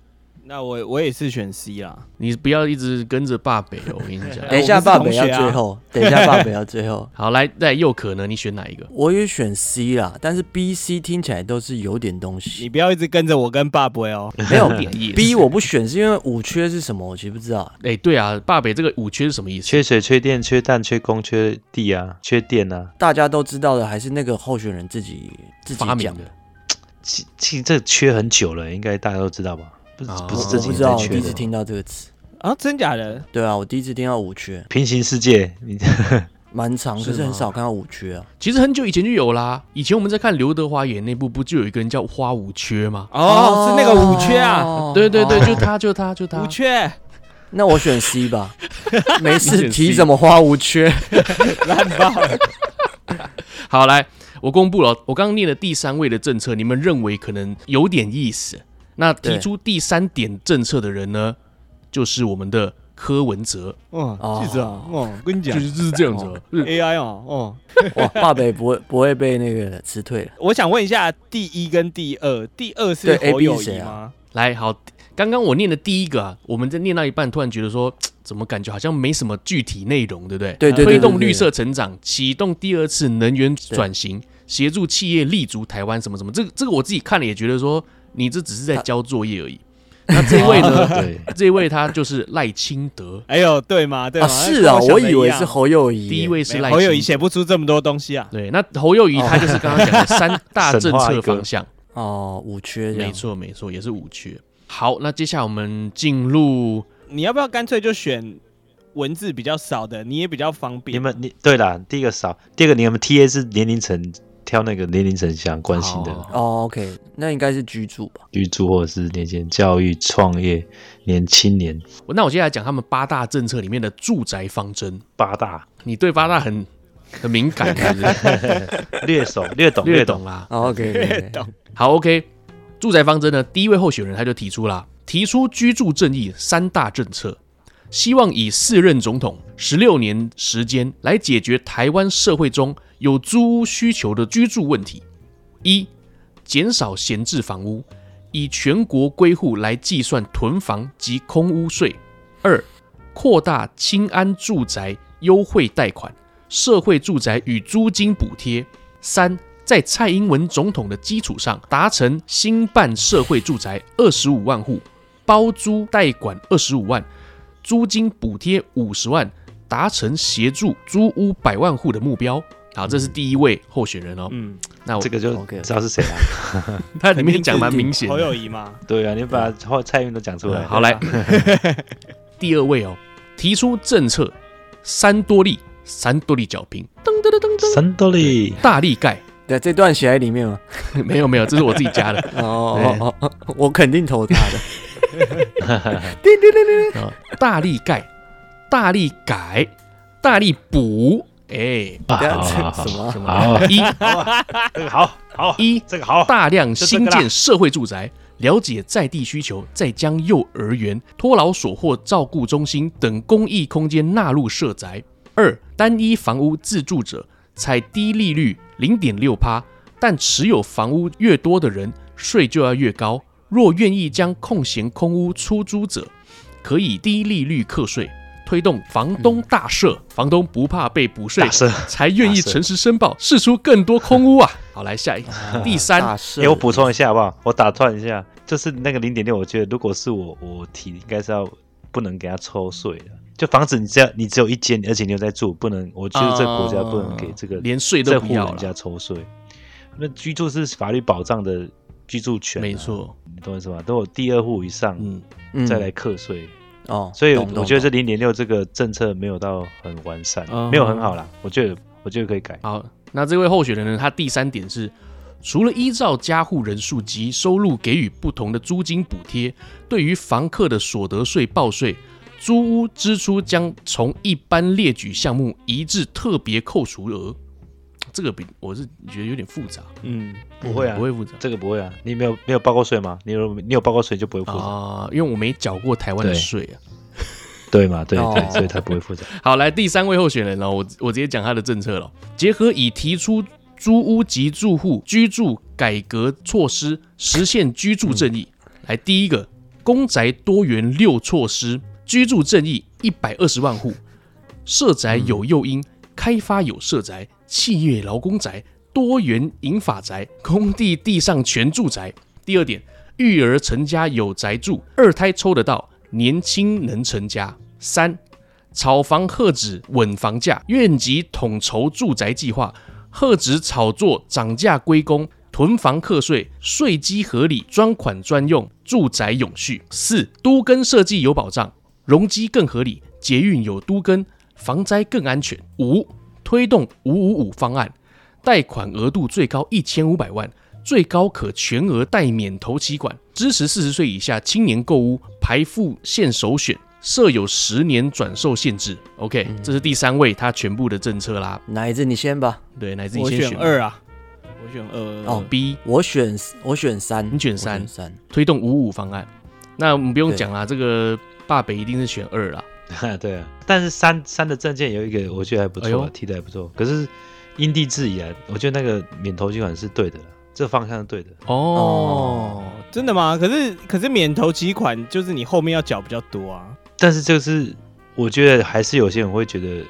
那我我也是选 C 啦。你不要一直跟着爸北哦，我跟你 [LAUGHS] 讲。等一下，爸北要我们是同学啊最后，等一下，爸北要最后。好，来，在佑可呢？你选哪一个？我也选 C 啦，但是 B、C 听起来都是有点东你西。不要一直跟着我跟爸不会哦。 [LAUGHS] 没有点意思 B 我不选是因为五缺是什么，我其实不知道。哎、对啊，爸北这个五缺是什么意思？缺水、缺电、缺氮、缺工、缺地啊，缺电啊。大家都知道的还是那个候选人自己自己发明讲的。其其实这个缺很久了，应该大家都知道吧？不是、哦不我是这啊我几不年知才道，我第缺一次的。听到这个词。啊，真假的？对啊，我第一次听到五缺，平行世界， [LAUGHS] 你蛮长，是可是很吗少看到五缺啊。其实很久以前就有啦。以前我们在看刘德华演那部，不就有一个人叫花无缺吗？哦，是那个五缺啊，哦对对对，哦就他，就他，就他五。缺，那我选 C 吧，没你事选 C 提什么花无缺。烂 [LAUGHS] 爆了。好，来，我公布了，我刚刚念的第三位的政策，你们认为可能有点意思。那提对出第三点政策的人呢，就是我们的柯文哲，哦哦，记者，哦，我跟你讲就是就是这样子哦。嗯 AI 哦，哦，哇，爸北不会不会被那个辞退了。我想问一下，第一跟第二，第二是对侯 AB 友是谊谁啊吗？来，好，刚刚我念的第一个啊，我们在念到一半，突然觉得说，嘖怎么感觉好像没什么具体内容，对不对？对对对推对动对绿色成长，启动第二次能源转型，协助 [LAUGHS] 企业立足台湾，什么什么，这个这个我自己看了也觉得说，你这只是在交作业而已。那这位 [LAUGHS] 呢？哦对，这位他就是赖清德，哎呦，对嘛，对嘛，啊，是啊，跟想我的以一为样是侯友谊耶。第一位是没赖有侯友清谊德。写不出这么多东西啊。对，那侯友谊他就是刚刚讲的 [LAUGHS] 三大政策方向，哦，五缺这样没错没错，也是五缺。好，那接下来我们进入你要不要干脆就选文字比较少的，你也比较方便。你们你对啦，第一个少，第二个你们 T A 是年龄层挑那个年龄层相关心的好哦，OK，那应该是居住 [LAUGHS] 吧？居住或者是年前教育、创业、年青年那我接下来讲他们八大政策里面的住宅方针，八大，你对八大很很敏 [LAUGHS] 感，是不是略 [LAUGHS] 懂略懂略略懂懂啦。哦，OK，略 OK，OK [LAUGHS] 懂。好，OK，住宅方针呢，第一位候选人他就提出啦，提出居住正义三大政策，希望以四任总统十六年时间来解决台湾社会中有租屋需求的居住问题。一、减少闲置房屋，以全国归户来计算囤房及空屋税。二、扩大清安住宅优惠贷款、社会住宅与租金补贴。三，在蔡英文总统的基础上，达成新办社会住宅二十五万户，包租代管二十五万，租金补贴五十万，达成协助租屋百万户的目标。好，这是第一位候选人哦。嗯，那我这个就 OK 知道是谁了。 [LAUGHS] 他里面讲蛮明显的侯。友谊嘛，对啊，你把后蔡运都讲出来嗯，好来，第二位哦，提出政策三多利，三多利缴平，神斗力大力盖。 [LAUGHS] 对，这段写在里面吗？没有没有，这是我自己加的。哦哦哦，哦我肯定投他 [LAUGHS] 的。啊，大力盖、大力改、大力补。哎、啊，等好 [LAUGHS] 下好这什好，么？啊好，一这个好好，一这个好，大量哦就这个新啦建社会住宅，了解在地需求，再将幼儿园、托老所或照顾中心等公益空间纳入社宅。二、单一房屋自住者采低利率零点六趴，但持有房屋越多的人，税就要越高。若愿意将空闲空屋出租者，可以低利率课税，推动房东大赦，房东不怕被补税大，声。才愿意大赦诚实申报，释出更多空屋啊！好，来下一个，第三，大赦哎、我补充一下好不好？我打断一下，就是那个零点六，我觉得如果是我，我提应该是要不能给他抽税的，就防止你只要你只有一间，而且你又在住，不能，我觉得这个国家不能给这个、哦连税都这不户要人家了。抽税。那居住是法律保障的居住权、啊没，错，你懂我意思吗？都有第二户以上、嗯，嗯再来课税，哦，所以我懂我觉得这，懂零点六这个政策没有到很完善，嗯哦没有很好啦，我觉得我觉得可以改。好，那这位候选人呢？他第三点是，除了依照家户人数及收入给予不同的租金补贴，对于房客的所得税报税，租屋支出将从一般列举项目移至特别扣除额。这个比我是觉得有点复杂，嗯，不会啊，不会复杂这个不会啊，你没有没有报过税吗？你有你有报过税就不会复杂，啊、因为我没缴过台湾的对税啊。对嘛？对哦对，所以它不会复杂。好，来第三位候选人了，我我直接讲他的政策了。结合已提出租屋及住户居住改革措施，实现居住正义。来，第一个公宅多元六措施，居住正义一百二十万户，社宅有诱因，开发有社宅，企业劳工宅，多元银法宅，工地地上全住宅。第二点，育儿成家有宅住，二胎抽得到，年轻能成家。三，炒房贺止稳房价，院级统筹住宅计划，贺止炒作涨价归公，囤房课税，税基合理，专款专用，住宅永续。四都跟设计有保障，容积更合理，捷运有都跟，防灾更安全。五推动五五五方案，贷款额度最高一千五百万，最高可全额代免头期款，支持四十岁以下青年购屋，排付现首选，设有十年转售限制。OK，、这嗯是第三位他全部的政策啦。哪一只你先吧？对，乃至你我先选选吧二嗯啊，我选二。哦 B，我选我选三，你选我三三，推动五五方案。那我们不用讲啦，这个爸北一定是选二啦。 [LAUGHS] 对啊，但是三三的证件有一个我觉得还不哎错、呦啊，替代还不错。可是因地制宜啊，我觉得那个免投期款是对的啦，这方向是对的。哦，真的吗？可是可是免投期款就是你后面要缴比较多啊。但是就是我觉得还是有些人会觉得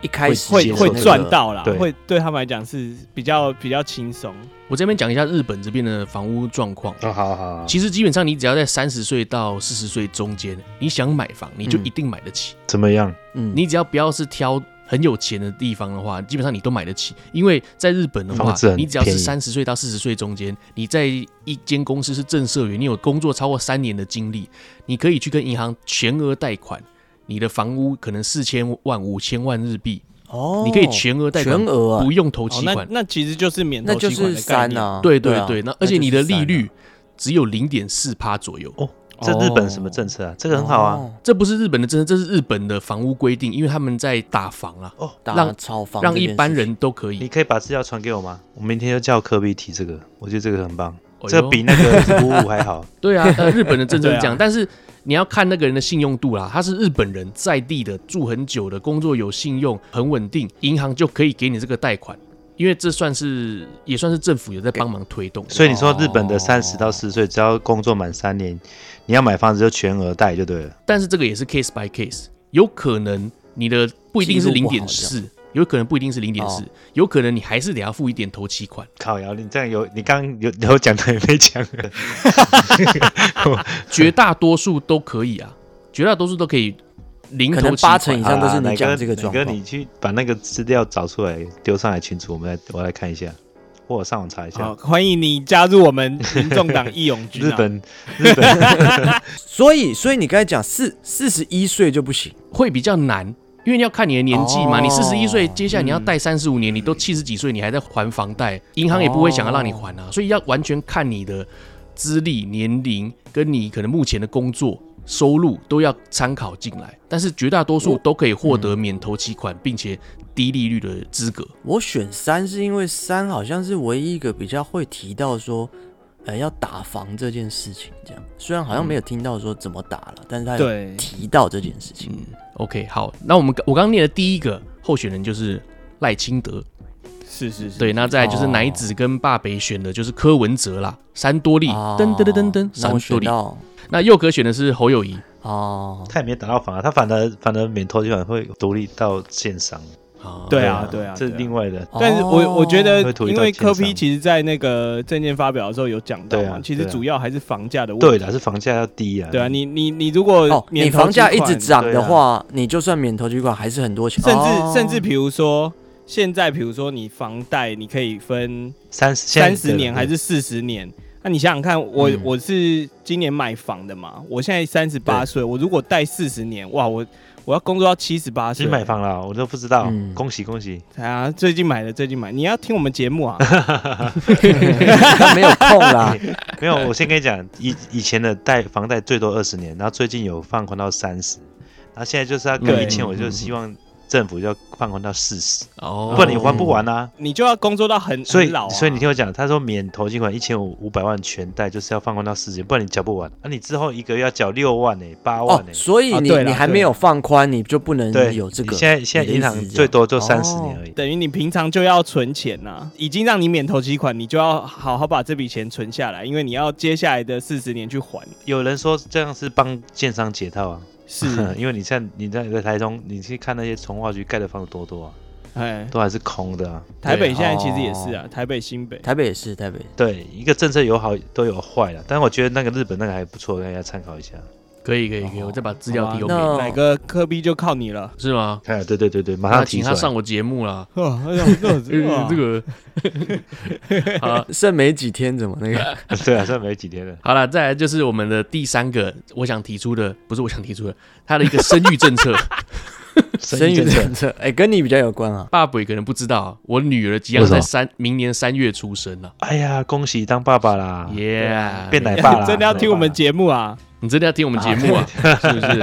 一开始会会的接受会那个赚到啦，对会对他们来讲是比较比较轻松。哦我这边讲一下日本这边的房屋状嗯况。哦，好好好，其实基本上你只要在三十岁到四十岁中间，你想买房，你就嗯一定买得起。怎么样？嗯，你只要不要是挑很有钱的地方的话，基本上你都买得起。因为在日本的话房子，很你只要是便宜三十岁到四十岁中间，你在一间公司是正社员，你有工作超过三年的经历，你可以去跟银行全额贷款。你的房屋可能四千万、五千万日币，哦，你可以全额贷款，全额啊不用头哦，期那款。那其实就是免那头就期款是的概三念。啊，对对对啊对，那而且你的利率那就是啊只有零点四趴左右。这日本什么政策啊？这个很好啊。哦，这不是日本的政策，这是日本的房屋规定，因为他们在打房啊，哦，打让炒房让这件一事般情人都可你以。哎可以把资料传给我吗？我明天就叫科比提这个，我觉得这个很棒，哎呦这比那个五五还好。对啊，呃，日本的政策是这对样，啊但是你要看那个人的信用度啦，他是日本人在地的，住很久的，工作有信用，很稳定，银行就可以给你这个贷款，因为这算是也算是政府有在帮忙推动的。所以你说日本的哦三十到四十岁，只要工作满三年，你要买房子就全额贷就对了。但是这个也是 case by case，有可能你的不一定是记零录不点好这四，有可能不一定是零点哦四，有可能你还是得要付一点头期款。靠瑶，你这样有你刚刚有有讲的也 [LAUGHS] 没讲，绝大多数都可以啊，绝大多数都可以零可头能期八款成以啊上都是啊你哪讲这个状哪况你，去把那个资料找出来丢上来群组，我们来我来看一下，或者上网查一下好，。欢迎你加入我们民众党义勇军、啊。 [LAUGHS] 日本日本所以所以你刚才讲四四十一岁就不行，会比较难，因为你要看你的年纪嘛。哦你四十一岁，接下来你要嗯贷三十五年，你都七十几岁，你还在还房贷，银行也不会想要让你还哦啊。所以要完全看你的资历、年龄跟你可能目前的工作。收入都要参考进来，但是绝大多数都可以获得免头期款，并且低利率的资格。我选三是因为三好像是唯一一个比较会提到说，呃，要打房这件事情，这样虽然好像没有听到说怎么打了，但是他嗯有对，嗯提到这件事情。 OK，好，那我们我刚念的第一个候选人就是赖清德，是是是，对，那再来就是嗯哦奶子跟爸北选的就是柯文哲啦，山多利，哦噔噔噔噔噔，那山我多选利。到那佑哥选的是侯友谊，哦，他也没打到房啊，他反而反而免投期款会独立到线上，啊对啊对啊这是对啊另外的。但是哦我我觉得会吐，一因道为歉科伤批其实在那个证件发表的时候有讲到对嘛，啊其实对啊主要还是房价的问对题。的，是房价要低啊。对啊，你你你如果哦，免你投房价期一直款涨对的啊话，你就算免投期款还是很多钱，甚至、哦甚至比如说现在，比如说你房贷你可以分三十三十年还是是四十年，那你想想看，我、嗯我是今年买房的嘛，我现在三十八岁，我如果贷四十年，哇，我我要工作到七十八岁新，买房了，我都不知道嗯，恭喜恭喜！啊，最近买的，最近买，你要听我们节目 [LAUGHS] 啊， [LAUGHS] 他没有空啦， [LAUGHS] 没有，我先跟你讲，以以前的贷房贷最多二十年，然后最近有放宽到三十，然后现在就是要跟对以前，我就希望政府要放宽到四十，哦不然你还不完哦啊。你就要工作到很所以很老、啊，所以你听我讲，他说免投期款一千五五百万全贷，就是要放宽到四十，不然你缴不完。那、你之后一个月要缴六万呢、八哦万呢、，所以啊你对啦你还对没有放宽，你就不能对，有这个。你现在现在你的意银思行是这样哦最多就三十年而已。等于你平常就要存钱呐、已经让你免头期款，你就要好好把这笔钱存下来，因为你要接下来的四十年去还。有人说这样是帮建商解套啊，是， [LAUGHS] 因为你像你在你在台中，你去看那些从化区盖的房子多多啊，哎，都还是空的啊。台北对现在其实也是哦啊，台北新北。台北也是台北，对一个政策有好都有坏了，但我觉得那个日本那个还不错，大家参考一下。可以可以可以，哦我再把资料提供好啊给那哪个科比就靠你了。你，是吗？哎，对对对对，马那上请提他出上来。啊我节目啦。哦， [LAUGHS] 哎呦这 [LAUGHS] 呃这个个好啊剩没几天，怎么那个 [LAUGHS] 对啊，这没几天了。好了，再来就是我们的第三个，我想提出的不是我想提出的，他的一个生育政 [LAUGHS] 策，生育政策？ [LAUGHS] 哎，跟你比较有关啊。爸爸也可能不知道啊，我女儿即将为什在么三明年三月出生啊了，哎呀，恭喜当爸爸啦！耶、变奶爸 [LAUGHS] 啦！真的要听我们节节目啊！你真的要听我们节目啊，是不是？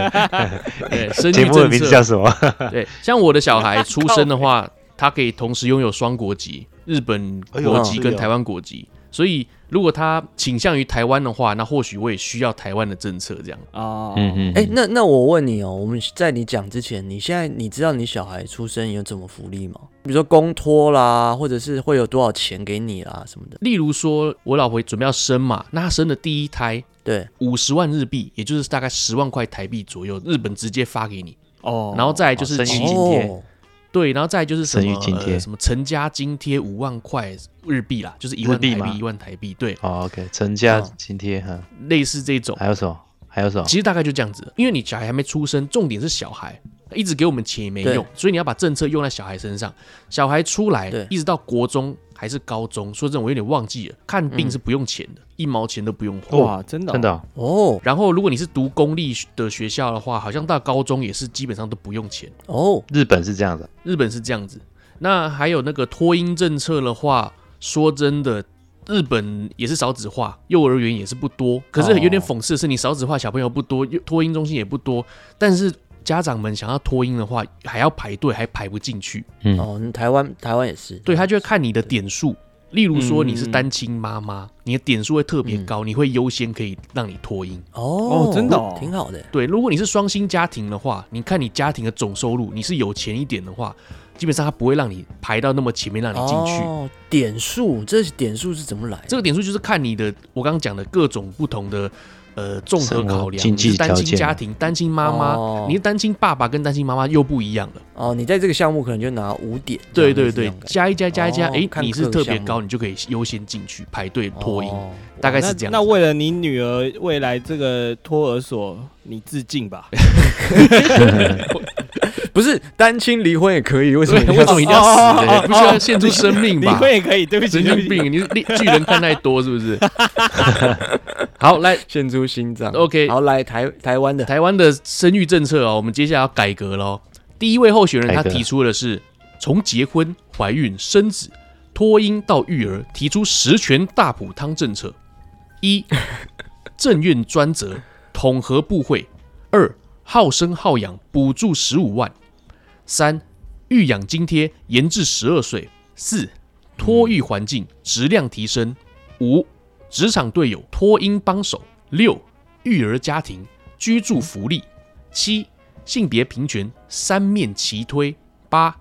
[LAUGHS] 对，生节育目的政名字策叫，什么？ [LAUGHS] [LAUGHS] 对，像我的小孩出生的话，他可以同时拥有双国籍，日本国籍哎跟呦台湾国籍，所以如果他倾向于台湾的话，那或许我也需要台湾的政策这样。哦，嗯哎，那那我问你哦，我们在你讲之前，你现在你知道你小孩出生有怎么福利吗？比如说公托啦，或者是会有多少钱给你啦什么的。例如说，我老婆准备要生嘛，那她生的第一胎对，五十万日币，也就是大概十万块台币左右，日本直接发给你，哦然后再来就是哦生育其津贴对，然后再来就是什生么育津贴呃什么成家津贴五万块日币啦，就是一万日币台吗币一万台币，对，哦，OK，成家哦津贴哈，类似这种。还有什么？还有什么？啊其实大概就这样子，因为你小孩还没出生，重点是小孩一直给我们钱也没对用，所以你要把政策用在小孩身上。小孩出来对一直到国中还是高中，说真的我有点忘记了，看病是不用钱的，一毛钱都不用花。哇，真的哦真的哦哦然后，如果你是读公立的学校的话，好像到高中也是基本上都不用钱。哦，日本是这样的，啊日本是这样子。那还有那个脱音政策的话，说真的，日本也是少子化，幼儿园也是不多。可是有点讽刺的是，你少子化小朋友不多，幼脱音中心也不多，但是家长们想要脱音的话，还要排队，还排不进去。嗯，哦，那台湾台湾也是，对他就会看你的点数。例如说嗯你是单亲妈妈，你的点数会特别高，你会优先可以让你脱音。哦哦真的哦挺好的，对，如果你是双薪家庭的话，你看你家庭的总收入，你是有钱一点的话，基本上他不会让你排到那么前面让你进去。哦，点数这点数是怎么来的？这个点数就是看你的，我刚刚讲的各种不同的呃综合生活考量，经济你是单条亲件家啊庭、单亲妈妈，哦你是单亲爸爸跟单亲妈妈又不一样了。哦，你在这个项目可能就拿五点，对这对样类似这对种，感觉加一加加一加，哦哎、看你是各个特别项目高，你就可以优先进去排队脱音，哦大概那是这样那子。为了你女儿未来这个托儿所，你致敬吧。不是单亲离婚也可以，为什么对，一定为什么要一定要哦哦死哦呢？哦不需要献出生命离吧？婚也可以，对不起，神对不经起。病！你是猎巨人看太多是不 [LAUGHS] 是？好，来献出心脏 OK 好，来台台湾的台湾的生育政策哦，我们接下来要改革哦喽。第一位候选人他改革提出的是从结婚、怀孕、生子、脱婴到育儿，提出十全大补汤政策：一、政院专责统合部会；二、好生好养补助十五万；三、育养津贴延至十二岁；四、托育环境质量提升；五、职场队友托婴帮手；六、育儿家庭居住福利；七、性别平权三面齐推；八、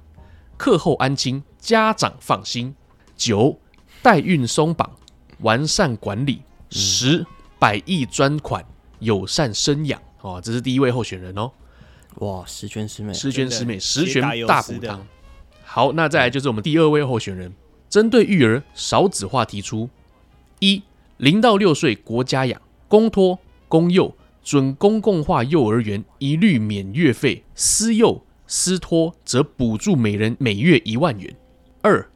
课后安亲家长放心；九、代孕松绑完善管理；十、百亿专款友善生养。哦，这是第一位候选人哦，哇，十全十美，十全十美，十全铁打有大丝补的汤。好，那再来就是我们第二位候选人，针对育儿少子化提出：一、零到六岁国家养、公托、公幼、准公共化幼儿园一律免月费，私幼、私托则补助每人每月一万元。二、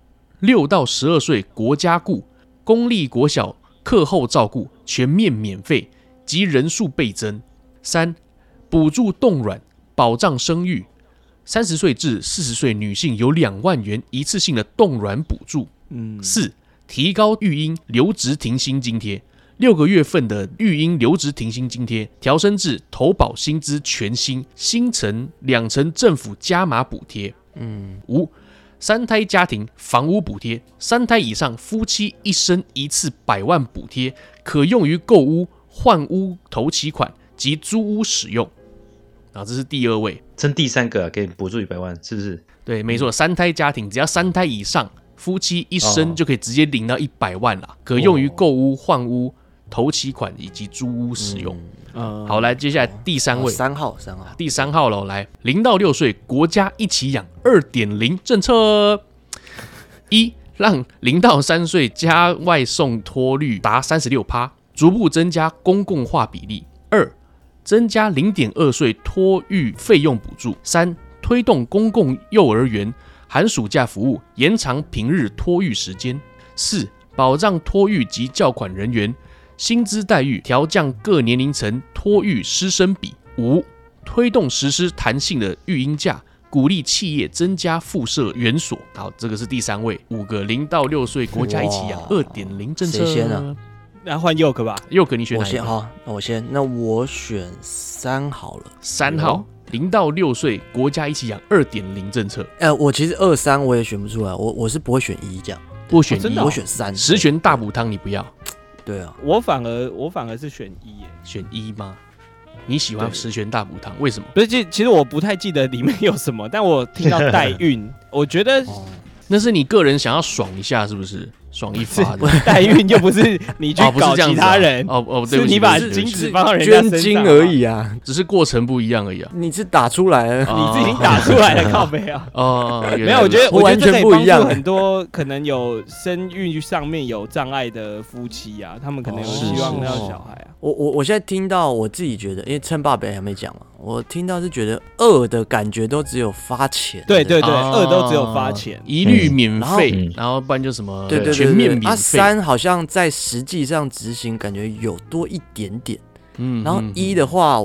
六到十二岁国家雇、公立国小课后照顾全面免费及人数倍增。三、补助冻卵，保障生育。三十岁至四十岁女性有两万元一次性的冻卵补助。嗯，四、提高育婴留职停薪津贴，六个月份的育婴留职停薪津贴调升至投保薪资全薪，新城两成政府加码补贴。嗯，五、三胎家庭房屋补贴，三胎以上夫妻一生一次百万补贴，可用于购屋、换屋头期款及租屋使用。啊，这是第二位。争第三个啊给你补助一百万，是不是？对，没错，三胎家庭只要三胎以上，夫妻一生哦就可以直接领到一百万啦，可用于购屋、换屋、头期款以及租屋使用。嗯好，来，接下来第三哦位，三号三号，第三号喽，来，零到六岁国家一起养二点零政策，一让零到三岁家外送托率达三十六趴，逐步增加公共化比例；二增加零点二岁托育费用补助；三推动公共幼儿园寒暑假服务，延长平日托育时间；四保障托育及教款人员薪资待遇调降各年龄层托育师生比；五推动实施弹性的育婴假，鼓励企业增加附设园所。好，这个是第三位，五个零到六岁国家一起养二哇点零政策。谁先啊？那换 Yoke 吧。佑可，你选我哪一先个？好，那我先，那我选三好了。三号，零到六岁国家一起养二点零政策，呃，我其实二三我也选不出来，我我是不会选一这样，不选真一的哦啊我，选三，十全大补汤你不要对啊，我反而我反而是选一耶，选一吗？你喜欢对十全大补汤，为什么？不是，其其实我不太记得里面有什 [LAUGHS] 么，但我听到代孕，我觉得哦，那是你个人想要爽一下，是不是？爽一发 [LAUGHS] 的。代孕又不是你去哦，不是搞这样其子他啊人，哦哦，对是不起对你不把起对精不起子放到人家捐身上精嘛而已啊，只是过程不一样而已啊。你是打出来了，啊 [LAUGHS] 你自己打出来的靠背啊。哦， [LAUGHS] 原没来有，我觉得我我觉完得这可全以不一样帮助很多可能有生育上面有障碍的夫妻啊，他们可能有哦希望是要是小孩啊。我我我现在听到我自己觉得，因为称霸北还没讲嘛，我听到是觉得恶的感觉都只有发钱，对对对，啊二都只有发钱，一律免费嗯，然后不然就什么对对对全对面对。免啊，费。三好像在实际上执行感觉有多一点点，嗯然后一的话，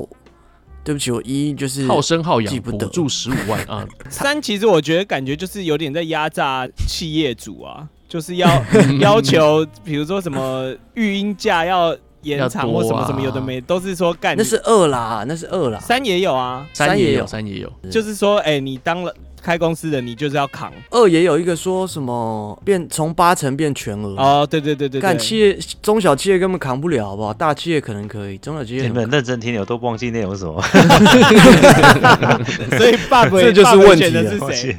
对不起，我一就是好生好养记不补得助十 [LAUGHS] 五万啊，三其实我觉得感觉就是有点在压榨企业主啊，就是要 [LAUGHS] 要求，比如说什么育婴假要延要长多或啊什么什么有的没，都是说干那是二啦，那是二啦，三也有啊，三也也有有，三也有，就是说哎、你当了开公司的，你就是要扛二也有一个说什么变从八成变全额。哦，对对对对嗯干对，企业中小企业根本扛不了，好不好？大企业可能可以，中小企业你可能们认真听，我都忘记内容是什么。所以爸爸 [LAUGHS] 这就是问题选的了是忘谁记？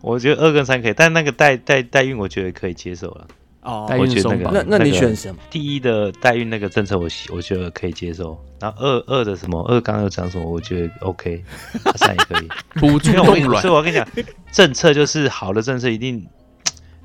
我觉得二跟三可以，但那个代代代孕，我觉得可以接受了。哦代我孕觉得松那个绑那那你个选什么？第一的代孕那个政策我喜，我觉得可以接受。然后二二的什么二刚刚有讲什么，我觉得 OK，啊 [LAUGHS] 三也可以。补助因为我跟冻你卵所以，我跟你讲，政策就是好的政策一定，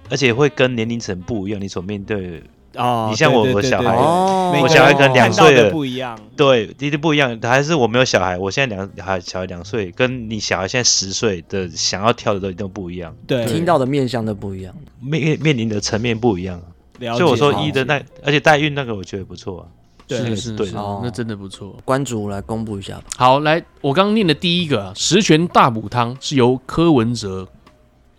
而且会跟年龄层不一样，你所面对哦，你像我对我对小对孩对哦每我个小孩可人能两看到岁的了不一样，对一定不一样。还是我没有小孩，我现在两孩小孩两岁，跟你小孩现在十岁的想要跳的都一定不一样，对，听到的面向都不一样。面面临的层面不一样啊。了解。所以我说了一的解那，而且代孕那个我觉得不错啊。对是对是对是，的哦那真的不错。关主来公布一下吧。好，来，我刚刚念的第一个啊十全大补汤是由柯文哲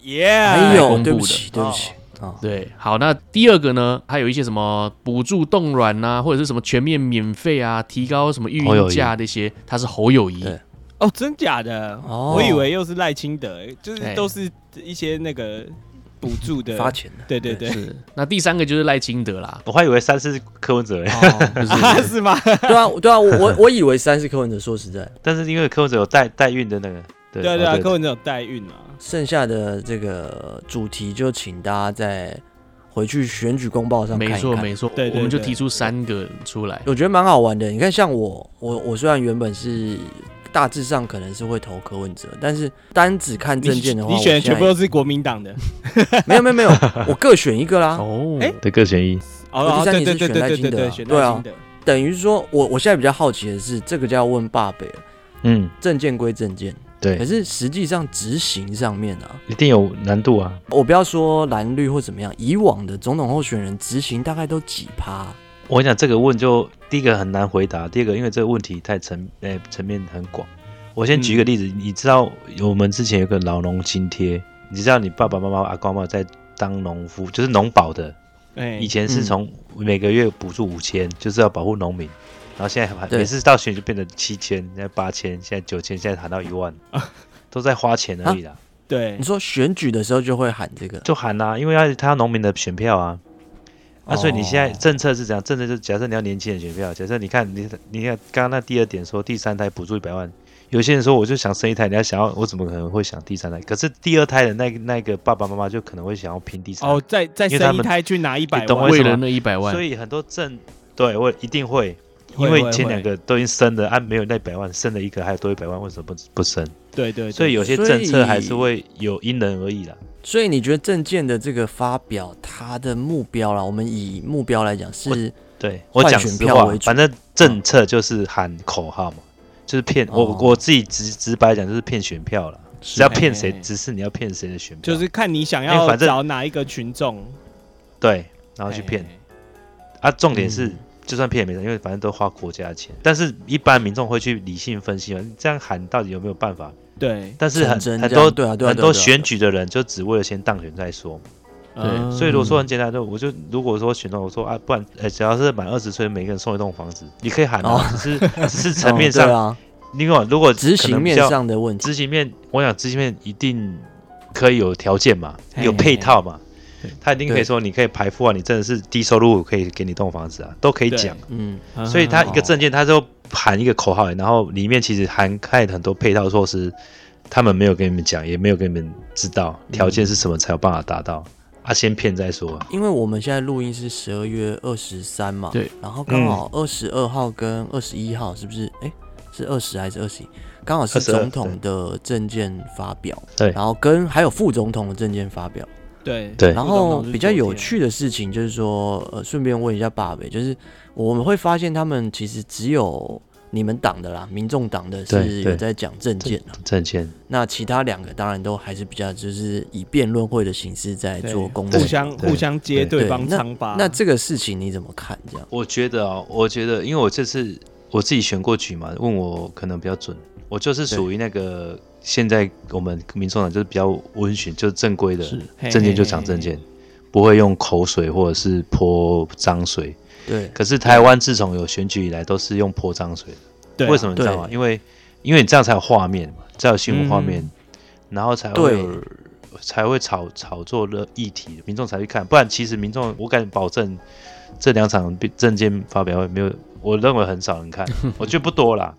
哎还耶，公呦，布对不的起，对不起啊，对，好，那第二个呢，还有一些什么补助冻卵呐，或者是什么全面免费啊，提高什么育侯友婴宜假这些，他是侯友谊，对哦，真假的？哦哎我以为又是赖清德，就是对都是一些那个补助的发钱的。对对对，是。嗯那第三个就是赖清德啦，我还以为三是柯文哲欸，不是不啊，是是吗？对啊，对啊，我我我以为三是柯文哲。说实在，但是因为柯文哲有代代孕的那个，对对对哦啊，柯文哲有代孕啊。剩下的这个主题就请大家再回去选举公报上看一没看。错没错，对对我们就对提出三个出来，我觉得蛮好玩的。你看，像我，我我虽然原本是大致上可能是会投柯文哲，但是单只看证你件的话，你我选的现在全部都是国民党的没有没 [LAUGHS] 有没有，我各选一个啦。哦，哎对各选一，哦，对我第三对年对对对是选赖对清德对，啊选对赖啊清德。等于说我我现在比较好奇的是，这个就要问爸北了。嗯，证件归证件，可对，是实际上执行上面啊，一定有难度啊。我不要说蓝绿或怎么样，以往的总统候选人执行大概都几趴，我跟你讲这个问就第一个很难回答，第二个因为这个问题太层呃层面很广。我先举一个例子，你知道我们之前有个老农津贴，你知道你爸爸妈妈阿公阿嬷在当农夫，就是农保的，哎，以前是从每个月补助五千，就是要保护农民。然后现在还对每次到选就变成七千，现在八千，现在九千，现在喊到一万，都在花钱而已啦。对你，说选举的时候就会喊这个，就喊啦、因为要他要农民的选票啊。啊，所以你现在哦政策是怎样？政策就是假设你要年轻人选票，假设你看你你看刚刚那第二点说第三胎补助一百万，有些人说我就想生一胎，你要想要我怎么可能会想第三胎？可是第二胎的那那个爸爸妈妈就可能会想要拼第三胎，哦，再再因为他生一们胎去拿一百你懂万为为什么了那一百万所，以很多政对我一定会，会因为会前会两个都已经生了，啊没有那一百万，生了一个还有多一百万，为什么不不生？对对，对所以有些所以政策还是会有因人而异啦。所以你觉得证件的这个发表，它的目标啦，我们以目标来讲是对我讲选实票话为，主嗯反正政策就是喊口号嘛，就是骗我、哦我自己直直白讲就是骗选票啦。只要骗谁嘿，嘿只是你要骗谁的选票，就是看你想因为要反正找哪一个群众，对，然后去骗哎啊。重点是嗯，就算骗也没用，因为反正都花国家的钱。但是一般民众会去理性分析嘛，你这样喊到底有没有办法？对，但是很成真很这样多对啊对啊很对啊多对啊选举的人就只为了先当选再说嘛。嗯所以如果说很简单，就我就如果说选中，我说啊，不然呃，只要是满二十岁，每个人送一栋房子，你可以喊啊，只是只是 [LAUGHS] 层面哦哦对上，啊，另外如果执可行能比面较上的问题。执行面，我想执行面一定可以有条件嘛，嘿有配套嘛嘿嘿，他一定可以说你可以排富啊，你真的是低收入可以给你栋房子啊，都可以讲。嗯，所以他一个哦证件，他就喊一个口号，然后里面其实涵盖很多配套措嗯施，他们没有跟你们讲，也没有跟你们知道条件是什么才有办法达到。啊，先骗再说啊。因为我们现在录音是十二月二十三嘛，对，然后刚好嗯二十二号跟二十一号是不是？哎，是二十还是二十一？刚好是22总统的证件发表，对然后跟还有副总统的证件发表，对对然后比较有，趣的事情就是说，呃，顺便问一下爸北，就是我们会发现他们其实只有你们党的啦，民众党的是对对有在讲证件啊，证件，那其他两个当然都还是比较就是以辩论会的形式在对做公互正。相啊对互相接对对方那伤疤。那这个事情你怎么看？这样？我觉得啊、我觉得，因为我这次我自己选过局嘛，问我可能比较准，我就是属于那个现在我们民众党就是比较温驯，就是正规的是嘿证件就讲证件，不会用口水或者是泼脏水。对，可是台湾自从有选举以来，都是用泼脏水的。对啊为什么你知道吗？对因为因为你这样才有画面嘛，才有新闻画面，嗯然后才会对有才会炒炒作的议题，民众才去看。不然其实民众，我敢保证，这两场证件发表会没有，我认为很少人看，我觉得不多啦。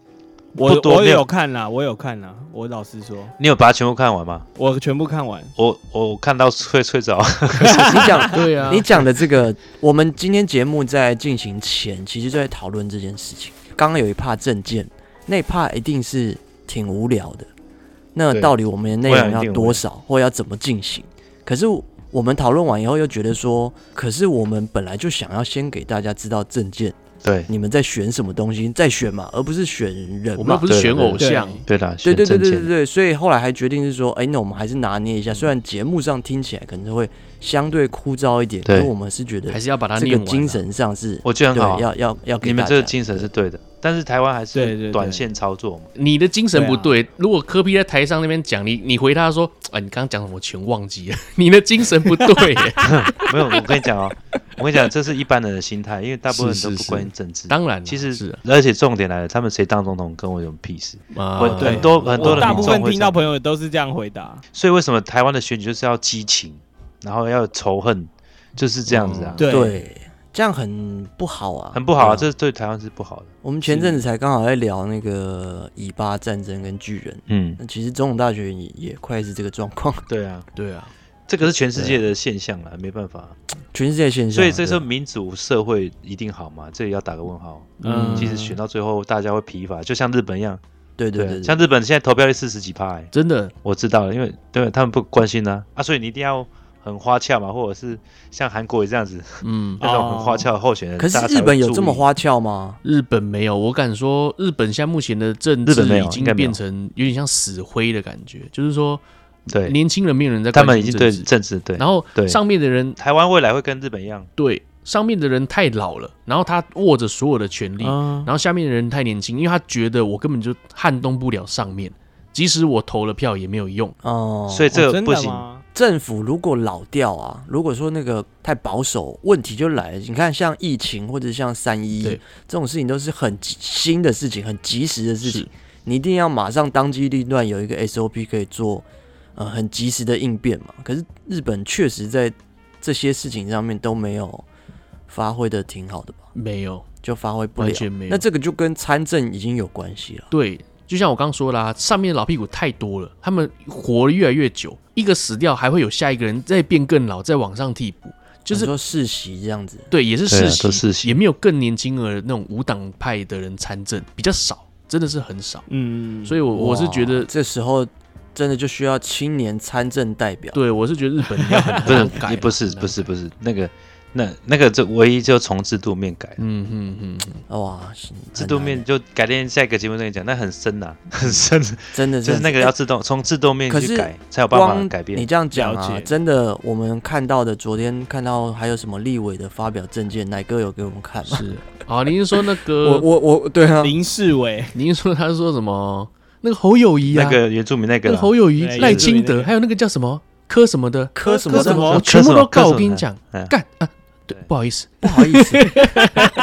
我不多我没有有看啦，我有看啦，我老实说，你有把它全部看完吗？我全部看完。我我看到睡睡着，你 [LAUGHS] 讲对啊，你讲的这个，我们今天节目在进行前，其实就在讨论这件事情。刚刚有一趴证件，那一趴一定是挺无聊的。那对到底我们的内我容想一要定多少，或要怎么进行？可是我们讨论完以后，又觉得说，可是我们本来就想要先给大家知道证件， [LAUGHS] 对你们在选什么东西，再选嘛，而不是选人我们又嘛不。是选偶像，对啦，对选对对证对对件，对，所以后来还决定是说，哎，那我们还是拿捏一下。虽然节目上听起来可能会相对枯燥一点，对可是我们是觉得还是要把它这念个完啊。精神上是，我觉得很好对，啊。要要要给你们大这个家精神是对的，但是台湾还对对对是短线操作嘛。你的精神不对。啊如果科比在台上那边讲你，你回他说：“啊，你刚刚讲什么？我全忘记了。”你的精神不对 [LAUGHS] 耶。没有，我跟你讲哦，我跟你讲，这是一般人的心态，因为大部分人是都是不关心政治。 [LAUGHS] 当然啦，其实是啊而且重点来了，他们谁当总统跟我有屁事？啊，我对很多很多我的大民部众分会听这到样，朋友都是这样回答，所以为什么台湾的选举就是要激情，然后要仇恨，就是这样子啊，嗯对对，这样很不好啊，很不好啊，对这对台湾是不好的。我们前阵子才刚好在聊那个以巴战争跟巨人，嗯，那其实中统大学也也快是这个状况，对啊，对啊，这个是全世界的现象啊，没办法。全世界现象。所以这时候对民主社会一定好吗？这里要打个问号。嗯其实选到最后，大家会疲乏，就像日本一样。对对啊对，像日本现在投票率四十几趴，哎真的我知道了，因为对他们不关心啊，啊，所以你一定要很花俏嘛，或者是像韩国也这样子，嗯，那种很花俏的候选人。哦可是大家才日会本有注这么意？花俏吗？日本没有，我敢说，日本现在目前的政日本没治有已经应该没有变成有点像死灰的感觉，就是说对，年轻人没有人在他关们已心经政对治，政治对。然后对上面的人台湾未来会跟日本一样，对上面的人太老了，然后他握着所有的权哦利，嗯，然后下面的人太年轻，因为他觉得我根本就撼动不了上面，即使我投了票也没有用。哦，所以这哦个真不的行。吗？政府如果老掉啊，如果说那个太保守，问题就来了。你看，像疫情或者像三一对这种事情，都是很急新的事情，很及时的事情是，你一定要马上当机立断，有一个 SOP 可以做，呃，很及时的应变嘛。可是日本确实在这些事情上面都没有发挥的挺好的吧，没有，就发挥不完了。全没有。那这个就跟参政已经有关系了。对，就像我刚说啦、上面的老屁股太多了，他们活得越来越久，一个死掉还会有下一个人再变更老，再往上替补，就你是说世袭这样子，对，也是对啊世都袭，世袭也没有更年轻的那种无党派的人参政，比较少，真的是很少。嗯，所以我，我是觉哇得，这时候真的就需要青年参政代表。对我是觉得日本应该很啊不 [LAUGHS] 是难改，你不是很难不是不是那个那那个这唯一就从制度面改，嗯嗯嗯，嗯哇，是制度面就改天下一个节目再讲，那很深呐， [LAUGHS] 很深，真的就是那个要自动从制度面可去是改才有办法光改变你。这样讲了啊，解真的，我们看到的昨天看到还有什么立委的发表证件，哪个有给我们看吗？ [LAUGHS] 是。好，您是说那我个，我我，对啊，林世伟，您是说他是说什么？那个侯友哎谊啊，那个原住民那那个个啦侯友谊、对赖原住清民那德，个还有那个叫什么柯什么的，柯什么柯什么我柯全部什么都告。柯什我跟么你讲，嗯干啊，对，不好意思，不好意思， [LAUGHS]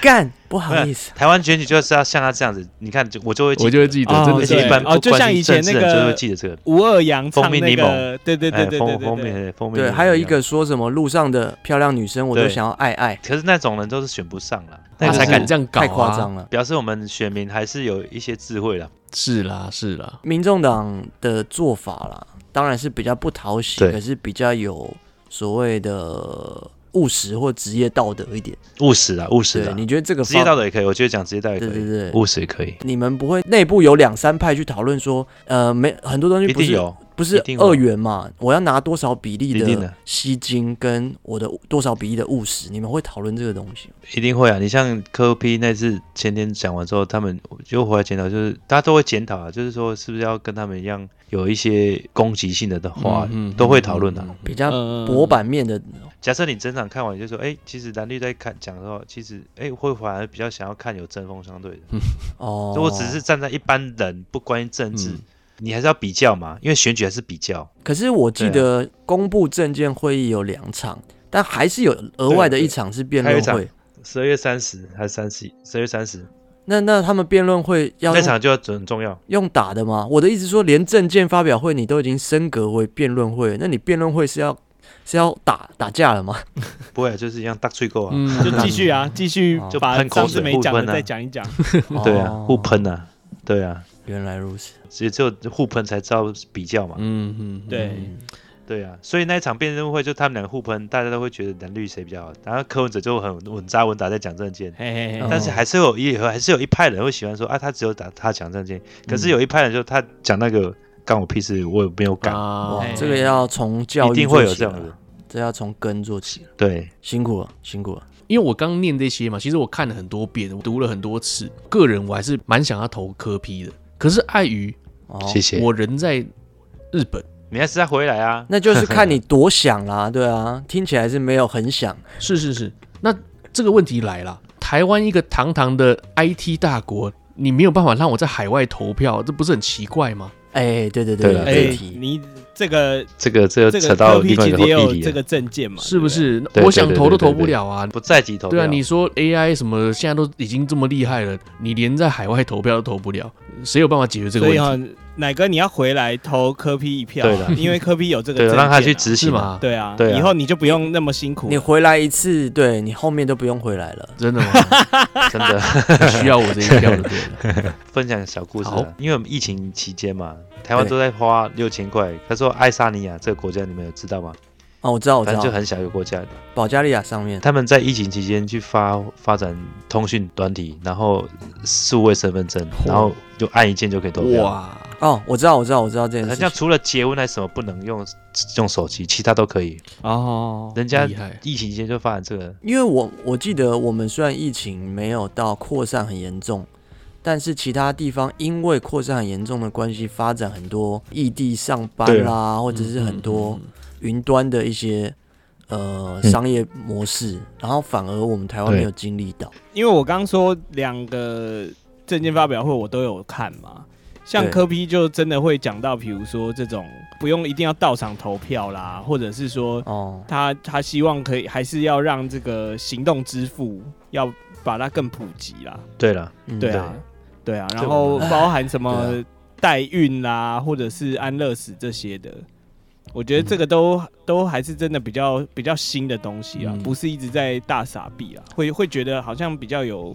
干，不好 [LAUGHS] 意思，台湾选举就是要像他这样子，你看就我就会记我就会记哦得，真而的且对一是般哦不就关像心以前政那治的人就个会记得这个。吴二阳唱蜂蜜那柠个，对对对哎对对蜂对蜂蜜对，哎蜂蜜柠对，檬还有一样个说什么路上的漂亮女生，我都对想要爱爱，可是那种人都是选不上了，他那才才敢敢这样搞，啊太夸，张了。表示我们选民还是有一些智慧啦。是啦是啦，民众党的做法啦，当然是比较不讨喜，对可是比较有所谓的务实或职业道德一点。务实啊，务实对，啊，你觉得这个职业道德？德也可以，我觉得讲职业道德也对可以，对对，务实也可以，你们不会内部有两三派去讨论说，呃，没很多东西一不定是有，不是一定会嗯二元嘛？我要拿多少比例一定的的吸金跟我的多少比例的务实？你们会讨论这个东西吗？一定会啊。你像科批那次前天讲完之后，他们就回来检讨，就是大家都会检讨啊，就是说是不是要跟他们一样有一些攻击性的的话，嗯嗯都会讨论的、嗯嗯比较呃嗯薄版面的，假设你整场看完，就说，哎、其实蓝绿在看讲的话，其实，哎、会反而比较想要看有针锋相对的。哦，如果只是，站在一般人，不关心政治，嗯你还是要比较嘛，因为选举还是比较。可是我记对啊得公布证件会议有两场，但还是有额外的一场是辩论对还有会。十二月三十还是三十？十二月三十那那他们辩论会要那用场就要很重要。用打的吗？我的意思说，连证件发表会你都已经升格为辩论会，那你辩论会是要是要打打架了吗？不会，就是一样大吹够啊，嗯，就继续啊，继续哦就把喷口上次水没互讲的喷啊再讲一讲。 [LAUGHS] 对啊哦，互。喷啊，对啊，原来如此，也只有互喷才知道比较嘛，嗯嗯，嗯对，对啊，所以那一场辩论会就他们两个互喷，大家都会觉得蓝绿谁比较好，然后柯文哲就很稳扎稳打在讲证件。嘿嘿哎哦嘿，但是还是有一还是有一派人会喜欢说啊，他只有打他讲证件，可是有一派人就他讲那个干我屁事，我也没有干，啊哇，哎，这个要从教育哦一定会有做起这了样的，这要从根做起了，对，辛苦了，辛苦了。因为我刚念这些嘛，其实我看了很多遍，我读了很多次，个人我还是蛮想要投科批的，可是碍于哦，谢谢。我人在日本，你还是要回来啊，那就是 [LAUGHS] 看你多想啦，对啊，听起来是没有很想。是是是，那这个问题来了，台湾一个堂堂的 IT 大国，你没有办法让我在海外投票，这不是很奇怪吗？哎，对对对啊有啦这哎题，，你这个这个这这个个扯科到批另外其一实个也有议哦这题了，个证件嘛，是不是？对我想对对投都对对投不了啊。不在籍投对啊，票你说 AI 什么现在都已经这么厉害了，你连在海外投票都投不了，谁有办法解决这个对不对？所问以题？啊哈，奶哥你要回来投科批一票啊，对啦因为科批有这个 [LAUGHS] 对证啊，件啊，让他去执是行嘛，吗？对啊，对啊以后你就不用那么辛苦你了。回来一次，对你后面都不用回来了。真的吗？真的。 [LAUGHS] 需要我这一票就对了。分享小故事、好啊，因为我们疫情期间嘛，台湾都在花六千块。他说爱沙尼亚这个国家你们有知道吗？哦，我知道，我知反正就道，很小一个国家，保加利亚上面，他们在疫情期间去发发展通讯软体，然后数位身份证，然后就按一键就可以投票。哇，哦，我知道，我知道，我知道这件好事像情。除了结婚还是什么不能用用手机，其他都可以。哦，人家厉害疫情期间就发展这个，因为我我记得我们虽然疫情没有到扩散很严重，但是其他地方因为扩散很严重的关系，发展很多异地上班对啦，或者是很多嗯嗯云端的一些呃嗯商业模式，然后反而我们台湾对没有经历到。因为我刚说两个证件发表会我都有看嘛，像对科批就真的会讲到，比如说这种不用一定要到场投票啦，或者是说哦，他他希望可以还是要让这个行动支付要把它更普及啦，对了，嗯对啊，对啊，然这后我包含什对么代运啦，或者是安乐死这些的。我觉得这个都、都还是真的比较比较新的东西啊，嗯不是一直在大傻逼啊，会会觉得好像比较有，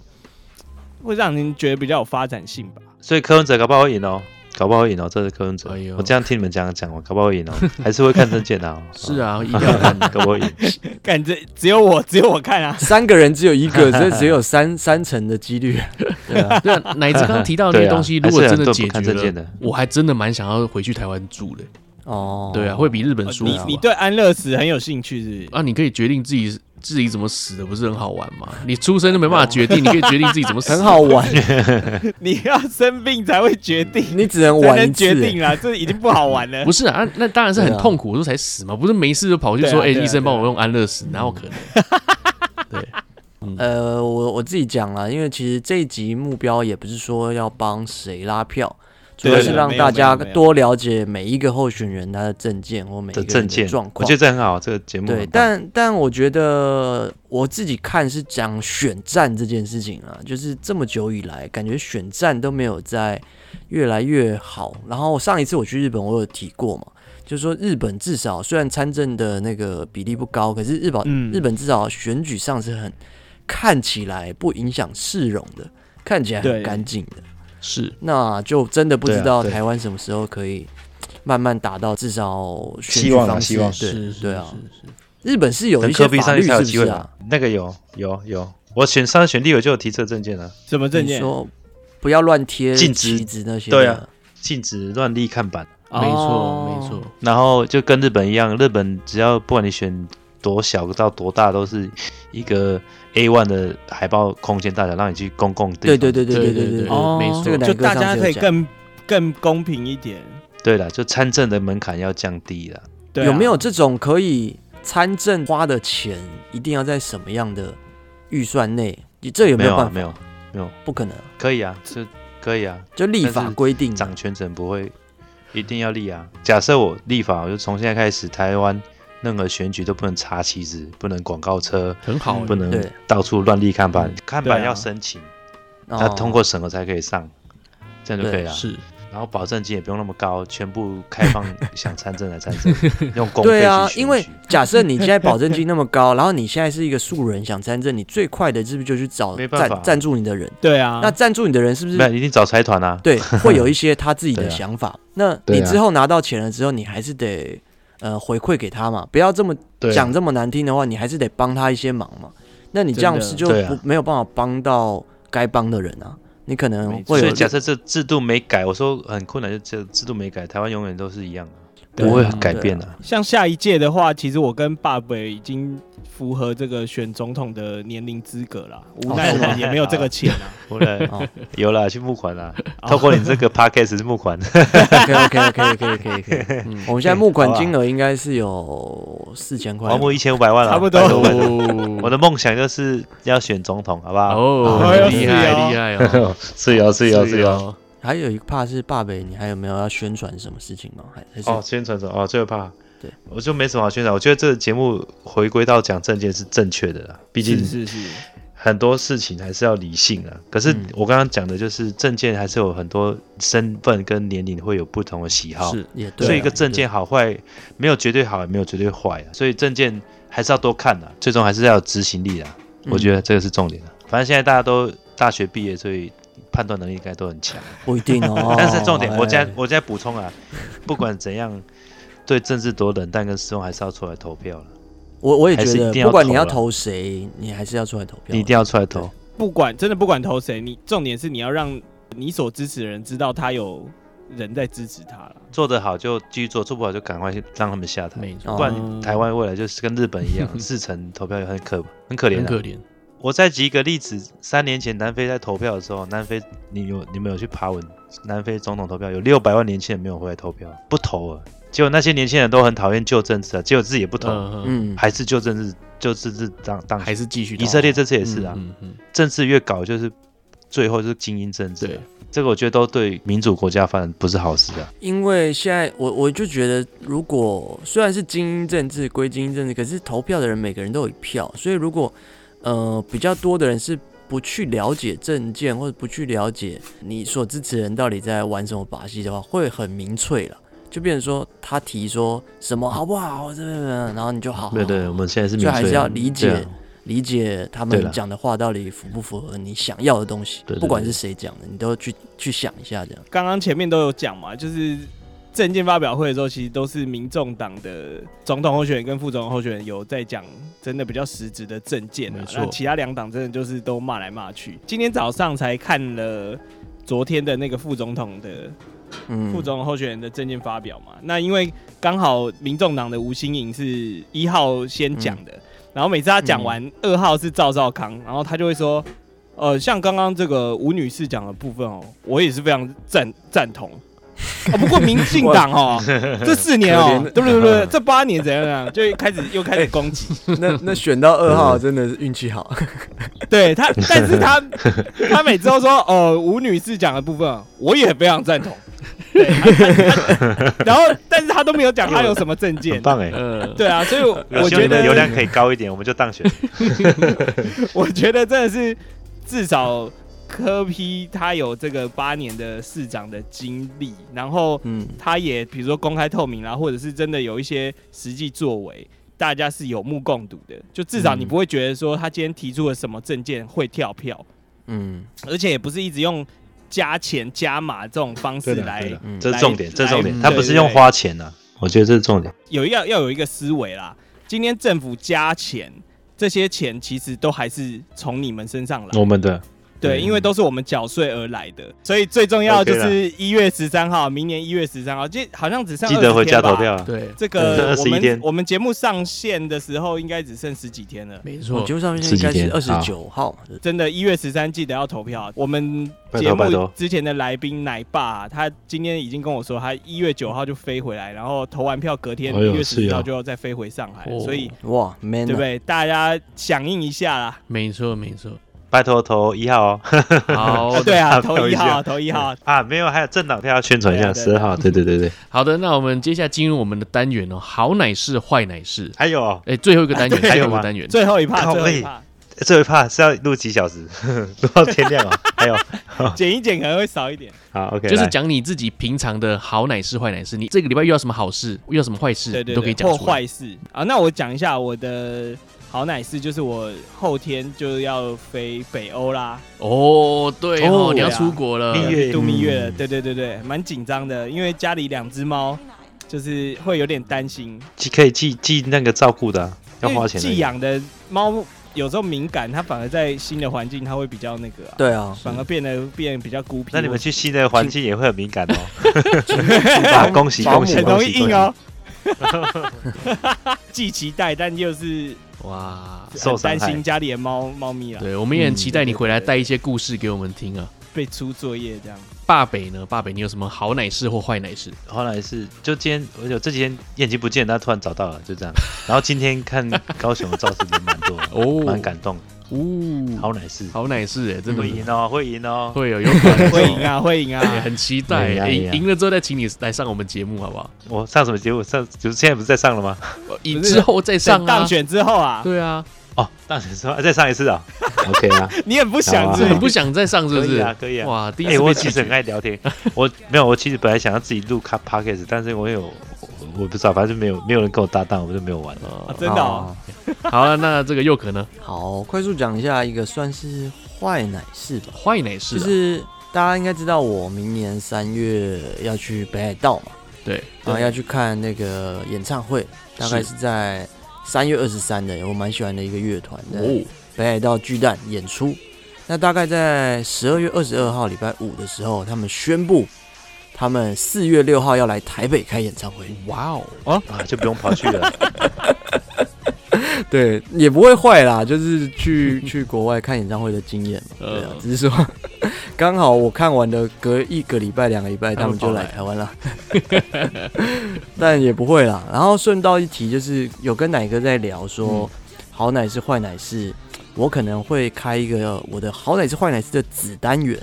会让人觉得比较有发展性吧。所以柯文哲搞不好会赢哦，搞不好会赢哦，这是柯文哲。哎呦我这样听你们讲讲，我搞不好会 [LAUGHS] 赢哦，还是会看证件的、哦。是啊，一定要看的。 [LAUGHS] 搞不好会赢。感觉只有我 [LAUGHS] 只有我看啊，三个人只有一个，这只有三三成的几率。对啊，对啊，奶子刚刚 [LAUGHS] 提到的那些东西，对如啊果还是真的很多解不看决证件了，的，我还真的蛮想要回去台湾住的。哦，对啊，会比日本舒你服你。对安乐死很有兴趣是 [LAUGHS] 不啊，你可以决定自己自己怎么死的，不是很好玩吗？你出生都没办法决定，你可以决定自己怎么死， [LAUGHS] 很好。玩， [LAUGHS] 是？你要生病才会决定，你只能才玩一能次决。定啦，这已经不好玩 [LAUGHS] [LAUGHS] 了不。是啊，那那当然是对很啊痛苦，我说才死嘛，不是没事就跑去说，对啊哎，对啊医生帮对啊我用安乐死，哪有可能？对，呃，我我自己讲啦，因为其实这一集目标也不是说要帮谁拉票，主对要是对让没有大家没有没有多了解每一个候选人他的证件或每一的个人证的件状况。我觉得这很好，这个节目对，很棒但但我觉得我自己看是讲选战这件事情啊，就是这么久以来，感觉选战都没有在越来越好。然后上一次我去日本，我有提过嘛，就是说日本至少虽然参政的那个比例不高，可是日本、嗯日本至少选举上是很看起来不影响市容的，看起来很对干净的。是那就真的不知对啊道对台湾什么时候可以慢慢达到至少选希举望啊方式希望对是是对啊是，是日本是有等一科些比法上律去才有是不机是会啊吧？？那个有有有，我选上次选立委就有提这个证件了，什么证你件？说不要乱贴禁止旗子那些的，对啊禁止乱立看板。没错哦没错，然后就跟日本一样，日本只要不管你选多小到多大，都是一个 A one 的海报空间大小，让你去公共地对方。对对对对对对对对，哦，没错这个南就哥上大家次可以有讲更更公平一点。对了，就参政的门槛要降低了。对啊，有没有这种可以参政花的钱一定要在什么样的预算内？这有没有有啊办法？没有，不可能啊，可以啊，就可以啊，就立但法是规定掌权者不会一定要立啊。假设我立法，我就从现在开始，台湾任何选举都不能插旗子，不能广告车，很好 [LAUGHS] 嗯不能哦对嗯到处乱立看板，看板对啊要申请，哦要通过审核才可以上，这样就可以了。是然后保证金也不用那么高，全部开放 [LAUGHS] 想参政来参 [LAUGHS] 政，用公费对啊去，选因为举假设你 [LAUGHS] 现在保证金那么高，然后你现在是一个素人想参政，你最快的是不是就去找没办法啊赞赞助你的人？对啊，那赞助你的人是不那是一定找财团啊，对会有一些他自己的对啊想法？那对你啊之后拿到钱了之后，你还是得呃回馈给他嘛，不要这么对啊讲这么难听的话，你还是得帮他一些忙嘛。那你这样真的是就对啊不没有办法帮到该帮的人啊，你可能没错会所有以假设这制度没改，我说很困难，就这制度没改，台湾永远都是一样的，对啊不会改变的、像下一届的话，其实我跟爸爸已经符合这个选总统的年龄资格了，无奈我们也没有这个钱 [LAUGHS] 啊。后来哦有啦，去募款啦，透过你这个 podcast 是募款， OK OK OK OK OK OK，嗯我们现在募款好啊金额应该是有四千块我要募一千五百万了，差不多拜托拜托我哦的梦想就是要选总统，好不好？哎哦，呦厉是害哦厉害哦，是有 [LAUGHS] 是啊有是有。哦，还有一个怕是爸北，你还有没有要宣传什么事情吗？还还是、哦，宣传什么？哦，最怕。对，我就没什么好宣传。我觉得这个节目回归到讲政见是正确的啦，毕竟是是是，很多事情还是要理性啊。可是嗯我刚刚讲的就是证件还是有很多身份跟年龄会有不同的喜好，是也对啊、所以一个证件好坏没有绝对好，也没有绝对坏啊。所以证件还是要多看的、啊最终还是要有执行力的、我觉得、得这个是重点啊。反正现在大家都大学毕业，所以判断能力应该都很强。。嗯不一定 [LAUGHS] 哦但是重点，我再哎我再补充啊，不管怎样，对政治多冷淡跟失望，还是要出来投票了。我我也还觉是一得，定要不管你投要了投谁，你还是要出来投票。啊你一定要出来投。不管真的不管投谁，你重点是你要让你所支持的人知道他有人在支持他了。做得好就继续做，做不好就赶快让他们下台。没哦错，不然台湾未来就是跟日本一样， [LAUGHS] 四成投票很可很可怜、很可啊。怜，我再举一个例子，三年前南非在投票的时候，南非你有你们有去爬文，南非总统投票有六百万年轻人没有回来投票，不投了。结果那些年轻人都很讨厌旧政治啊，结果自己也不投，嗯，嗯，还是旧政治，旧政治当当选还是继续打以色列这次也是啊，嗯嗯，嗯政治越搞就是最后就是精英政治、啊对，这个我觉得都对民主国家发展不是好事啊。因为现在我我就觉得，如果虽然是精英政治归精英政治，可是投票的人每个人都有一票，所以如果呃比较多的人是不去了解政见或者不去了解你所支持的人到底在玩什么把戏的话，会很明粹了，就变成说他提说什么好不好，这然后你就哦好好对对，我们现在是民所以还粹是啊要，理对解啊理解他对们啦讲的话到底符不符合你想要的东西对对，对不管是谁讲的，你都去去想一下这样。刚刚前面都有讲嘛，就是政见发表会的时候，其实都是民众党的总统候选人跟副总统候选人有在讲真的比较实质的政见、啊，没错那其他两党真的就是都骂来骂去。今天早上才看了昨天的那个副总统的嗯，副总统候选人的政见发表嘛。那因为刚好民众党的吴新颖是一号先讲的，然后每次他讲完，二、号是赵少康，然后他就会说，呃，像刚刚这个吴女士讲的部分哦，我也是非常赞赞同。啊、不过民进党哦，这四年哦，对不对？对不对？这八年怎样怎样，就开始又开始攻击。嗯那那选到二号真的是运 [LAUGHS] 气好，对他，但是他 [LAUGHS] 他每次都说，哦，吴女士讲的部分，我也非常赞同。对，他他他然后但是他都没有讲他有什么证件很。棒哎、呃，对啊，所以我我希望觉你的流得，量可以高一点，我们就当选。我觉得真的是至少柯批他有这个八年的市长的经历，然后嗯，他也比如说公开透明啦，或者是真的有一些实际作为，大家是有目共睹的。就至少你嗯不会觉得说他今天提出了什么证件会跳票，嗯，而且也不是一直用加钱加码这种方式对的来对的嗯这是重点，来这是重点，来他不是用花钱呐、我觉得这是重点。有要要有一个思维啦。今天政府加钱，这些钱其实都还是从你们身上来，我们的对，因为都是我们缴税而来的，所以最重要的就 OK 是一月十三号，明年一月十三号，这好像只剩记20得回家天吧投票。啊！对，这对个这我21们天我们节目上线的时候，应该只剩十几天了。没我错节。目上面十应几该是天二十好九号嘛，是真的，一月十三记得要投票。我们拜节托拜目托之前的来宾奶爸啊、他今天已经跟我说，他一月九号就飞回来，然后投完票隔天哎一呦月十是号哦就要再飞回上海，哦所以哇，man，对不啊对？大家响应一下啦。没错，没 [LAUGHS] 错。拜托投一号哦好 [LAUGHS] 啊，对啊，好投一投一号，下投一号。啊，没有，还有政党票要宣传一下，对啊十对啊二号，对对 [LAUGHS] 对对，好的，那我们接下来进入我们的单元哦，好奶是坏奶是，还有哦哎，最后一个单元， [LAUGHS] 对还最有后一个吗单元，最后一趴，靠最后一背趴，最后一怕是要录几小时， [LAUGHS] 录到天亮哦。还有，剪一剪可能会少一点。好，OK，就是来讲你自己平常的好奶事、坏奶事，你这个礼拜遇到什么好事，遇到什么坏嗯事，对对你都可以对，讲或出来。坏事啊。那我讲一下我的好奶事，就是我后天就要飞北欧啦，哦，对哦，哦你要对啊出国了，蜜月度蜜月了。嗯对对对对，蛮紧张的，因为家里两只猫就是会有点担心，寄可以寄寄那个照顾的啊，要因为花钱的。寄养的猫有时候敏感，它反而在新的环境它会比较那个、啊，对啊，反而变得变比较孤僻。那 [LAUGHS] 你们去新的环境也会很敏感哦。保啊，姆恭喜保恭喜，很姆容恭易喜硬哦。既期待，但又是哇，受很伤害担心家里的猫猫咪啊，对，我们也很期待你回来嗯对对对带一些故事给我们听嗯啊。被出作业这样。爸北呢？爸北，你有什么好奶事或坏奶事？后来是就今天，我有这几天眼睛不见，但突然找到了，就这样。然后今天看高雄的造势人蛮 [LAUGHS] 多的，哦蛮感动的。呜，好奶是好奶事哎，真的会赢哦，会赢哦。会有有可能会赢啊，会赢也啊！ [LAUGHS] 很期待哎呀欸，赢哎呀赢了之后再请你来上我们节目好不好？我上什么节目？上就是现在不是在上了吗？呃赢不是之后再上等啊当。选之后啊，对啊，哦，当时说啊再上一 [LAUGHS] 次啊。OK [LAUGHS] 啊，你很不想好啊是很不不是？想再上是不可以是啊，？可以啊。哇，第一哎，次我被其拒实很绝。爱聊天，我没有，我其实本来想要自己录卡 podcast，但是我有我我不知道，反正就没有没有人跟我搭档，我就没有玩了。呃啊真的哦，啊好了，那这个佑可呢？好，快速讲一下一个算是坏奶事吧，坏奶事就啊是大家应该知道我明年三月要去北海道嘛，对，然后要去看那个演唱会，大概是在三月二十三的，我蛮喜欢的一个乐团的。哦，北海道巨蛋演出。那大概在十二月二十二号礼拜五的时候，他们宣布他们四月六号要来台北开演唱会。哇哦，啊，就不用跑去 [LAUGHS] 了。对，也不会坏啦，就是去 [LAUGHS] 去国外看演唱会的经验嘛。对啊呃，只是说刚好我看完的隔一个礼拜、两个礼拜，他他们们跑就来来台湾了。 [LAUGHS] 但也不会啦。然后顺道一提，就是有跟奶哥在聊说，嗯好奶是坏奶是，我可能会开一个我的好奶是坏奶是的子单元。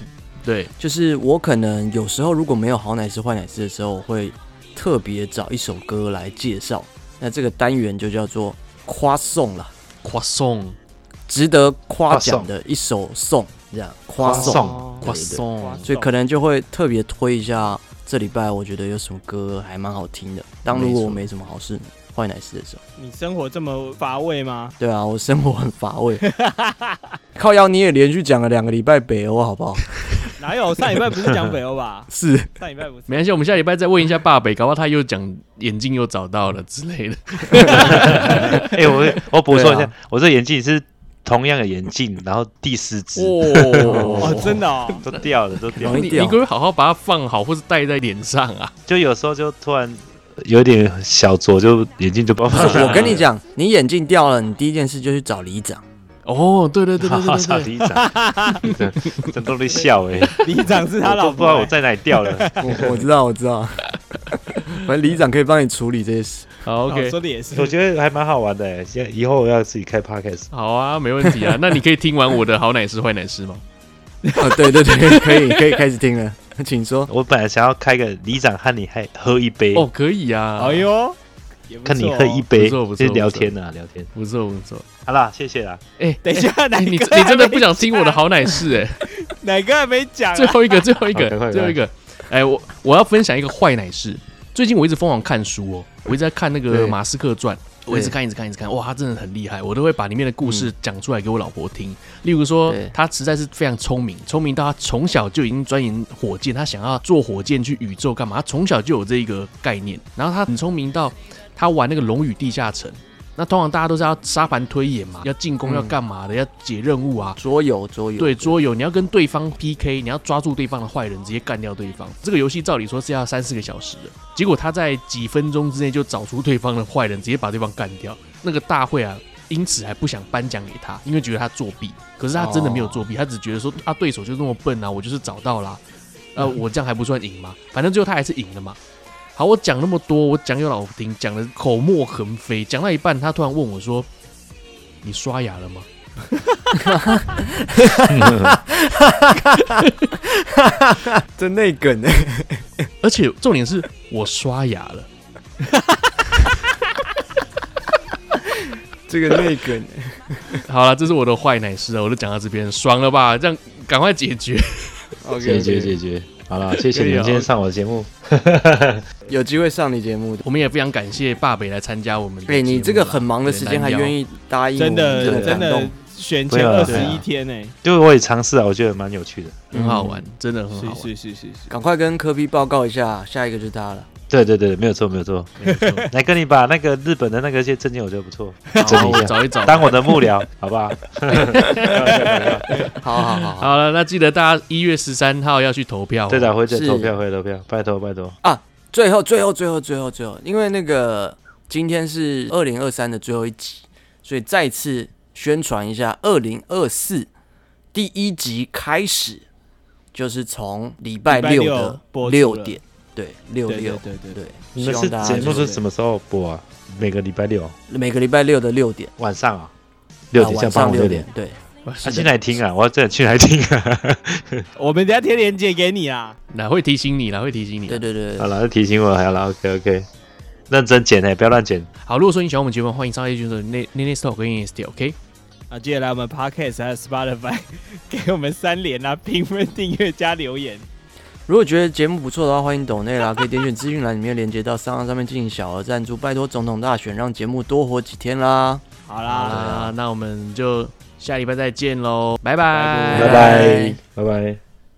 对，就是我可能有时候如果没有好奶师坏奶师的时候，我会特别找一首歌来介绍。那这个单元就叫做夸颂啦，夸送，值得夸奖的一首颂，这样夸夸颂。颂哦夸夸送，送所以可能就会特别推一下这礼拜我觉得有什么歌还蛮好听的。当如果我没什么好事坏奶师的时候，你生活这么乏味吗？对啊，我生活很乏 [LAUGHS] 味。靠腰你也连续讲了两个礼拜北欧，好不好？？哪有？上礼拜不是讲北欧吧是上礼拜不是没关系，我们下礼拜再问一下爸北，搞不好他又讲眼镜又找到了之类的。哎、我我补充一下，对啊我这眼镜是同样的眼镜，然后第四只、哦， [LAUGHS] 哦，真的哦，都掉了，都掉容了易，你你掉可不可以好好把它放好，或是戴在脸上啊？就有时候就突然有点小左，就眼镜就爆发不 [LAUGHS] 是我跟你讲，你眼镜掉了，你第一件事就去找里长。哦，对对对对 [LAUGHS] 对哈哈，操对对，里 [LAUGHS] 长，真都在笑哎、里长是 [LAUGHS] 他我老都不知婆道我欸。在哪里 [LAUGHS] 掉了， [LAUGHS] 我我知道，我知道。反正里长可以帮你处理这些 [LAUGHS] 事。好哦，OK，说的也是我。觉得还蛮好玩的、欸。现在以后我要自己开 podcast，好啊，没问题啊。那你可以听完我的好奶师坏奶师吗？哦，对对对，可以可以开始听了，请说。我本来想要开个里长和你还喝一杯，哦，可以啊。哎呦，也不错看你哦喝一杯，不错不错就聊天啊，聊天。不错不错。好啦，谢谢啦，哎，等一下哎哪哎个你你还真的没不想听我的好奶事哎？哪个还没讲啊？最后一个，最后一个好赶，快最后一个。哎，我我要分享一个坏奶事。最近我一直疯狂看书哦，我一直在看那个对《马斯克传》，我一直看，一直看，一直看，哇，他真的很厉害，我都会把里面的故嗯事讲出来给我老婆听。例如说对，他实在是非常聪明，聪明到他从小就已经钻研火箭，他想要做火箭去宇宙干嘛？他从小就有这个概念。然后他很聪明到他玩那个《龙与地下城》，那通常大家都是要沙盘推演嘛，要进攻，嗯要干嘛的，要解任务啊。桌游桌游对桌游，你要跟对方 PK，你要抓住对方的坏人，直接干掉对方。这个游戏照理说是要三四个小时的，结果他在几分钟之内就找出对方的坏人，直接把对方干掉。那个大会啊，因此还不想颁奖给他，因为觉得他作弊。可是他真的没有作弊，他只觉得说啊，对手就那么笨啊，我就是找到啦、呃，嗯我这样还不算赢吗？反正最后他还是赢了嘛。好，我讲那么多，我讲给我老婆听，讲的口沫横飞，讲到一半，他突然问我说：“你刷牙了吗？”真内梗哎、而且重点是我刷牙了。这个 [LAUGHS] 内梗、好了，这是我的坏奶师啊，我都讲到这边，爽了吧？这样赶快解决。 [LAUGHS] o k 解决解决。好了，谢谢你可以们啊今天上我的节目。有机会上你节目的。我们也非常感谢爸北来参加我们的。啊哎、你这个很忙的时间还愿意？意答应我真们，的真的真感的动。选对前啊二对十啊一天呢，就是我也尝试啊，我觉得蛮有趣的。很好玩，真的很好玩。是是是是是，赶快跟科比报告一下，下一个就是他了。对对对，没有错没有错。没错来跟你把那个日本的那个些证件，我觉得不错，整好，理我一下，找一找。当我的幕僚，好不好？好好好好好了，那记得大家一月十三号要去投票、哦对的，，回去是投票，回去投票，拜托拜托。啊！最后最后最后最后最后，因为那个今天是二零二三的最后一集，所以再次宣传一下，二零二四第一集开始就是从礼拜礼拜六六的播出六了点，对，六对对六对对对对，你希们是望大家节目就是什么时候播啊？每个礼拜六每个礼拜六的六点，晚上啊，六啊点，晚像傍上晚六点。，对，他去哪里听啊？我要真的去哪里听啊？我们等一下贴链接给你啊。哪会提醒你啦，会提醒你啦对。对对好了，提醒我，好了，OK OK，认真剪哎，不要乱剪。好，如果说你喜欢我们节目，欢迎上 A 群的 n e n e s t o 跟 NST，OK？啊，接下来我们 podcast 还有 Spotify 给我们三连啊，评分、订阅加留言。如果觉得节目不错的话，欢迎抖内啦，可以点选资讯栏里面连接到商岸上面进行小额赞助，拜托总统大选让节目多活几天啦，好好啦，啦，那我们就下礼拜再见喽，拜拜拜拜拜拜拜拜。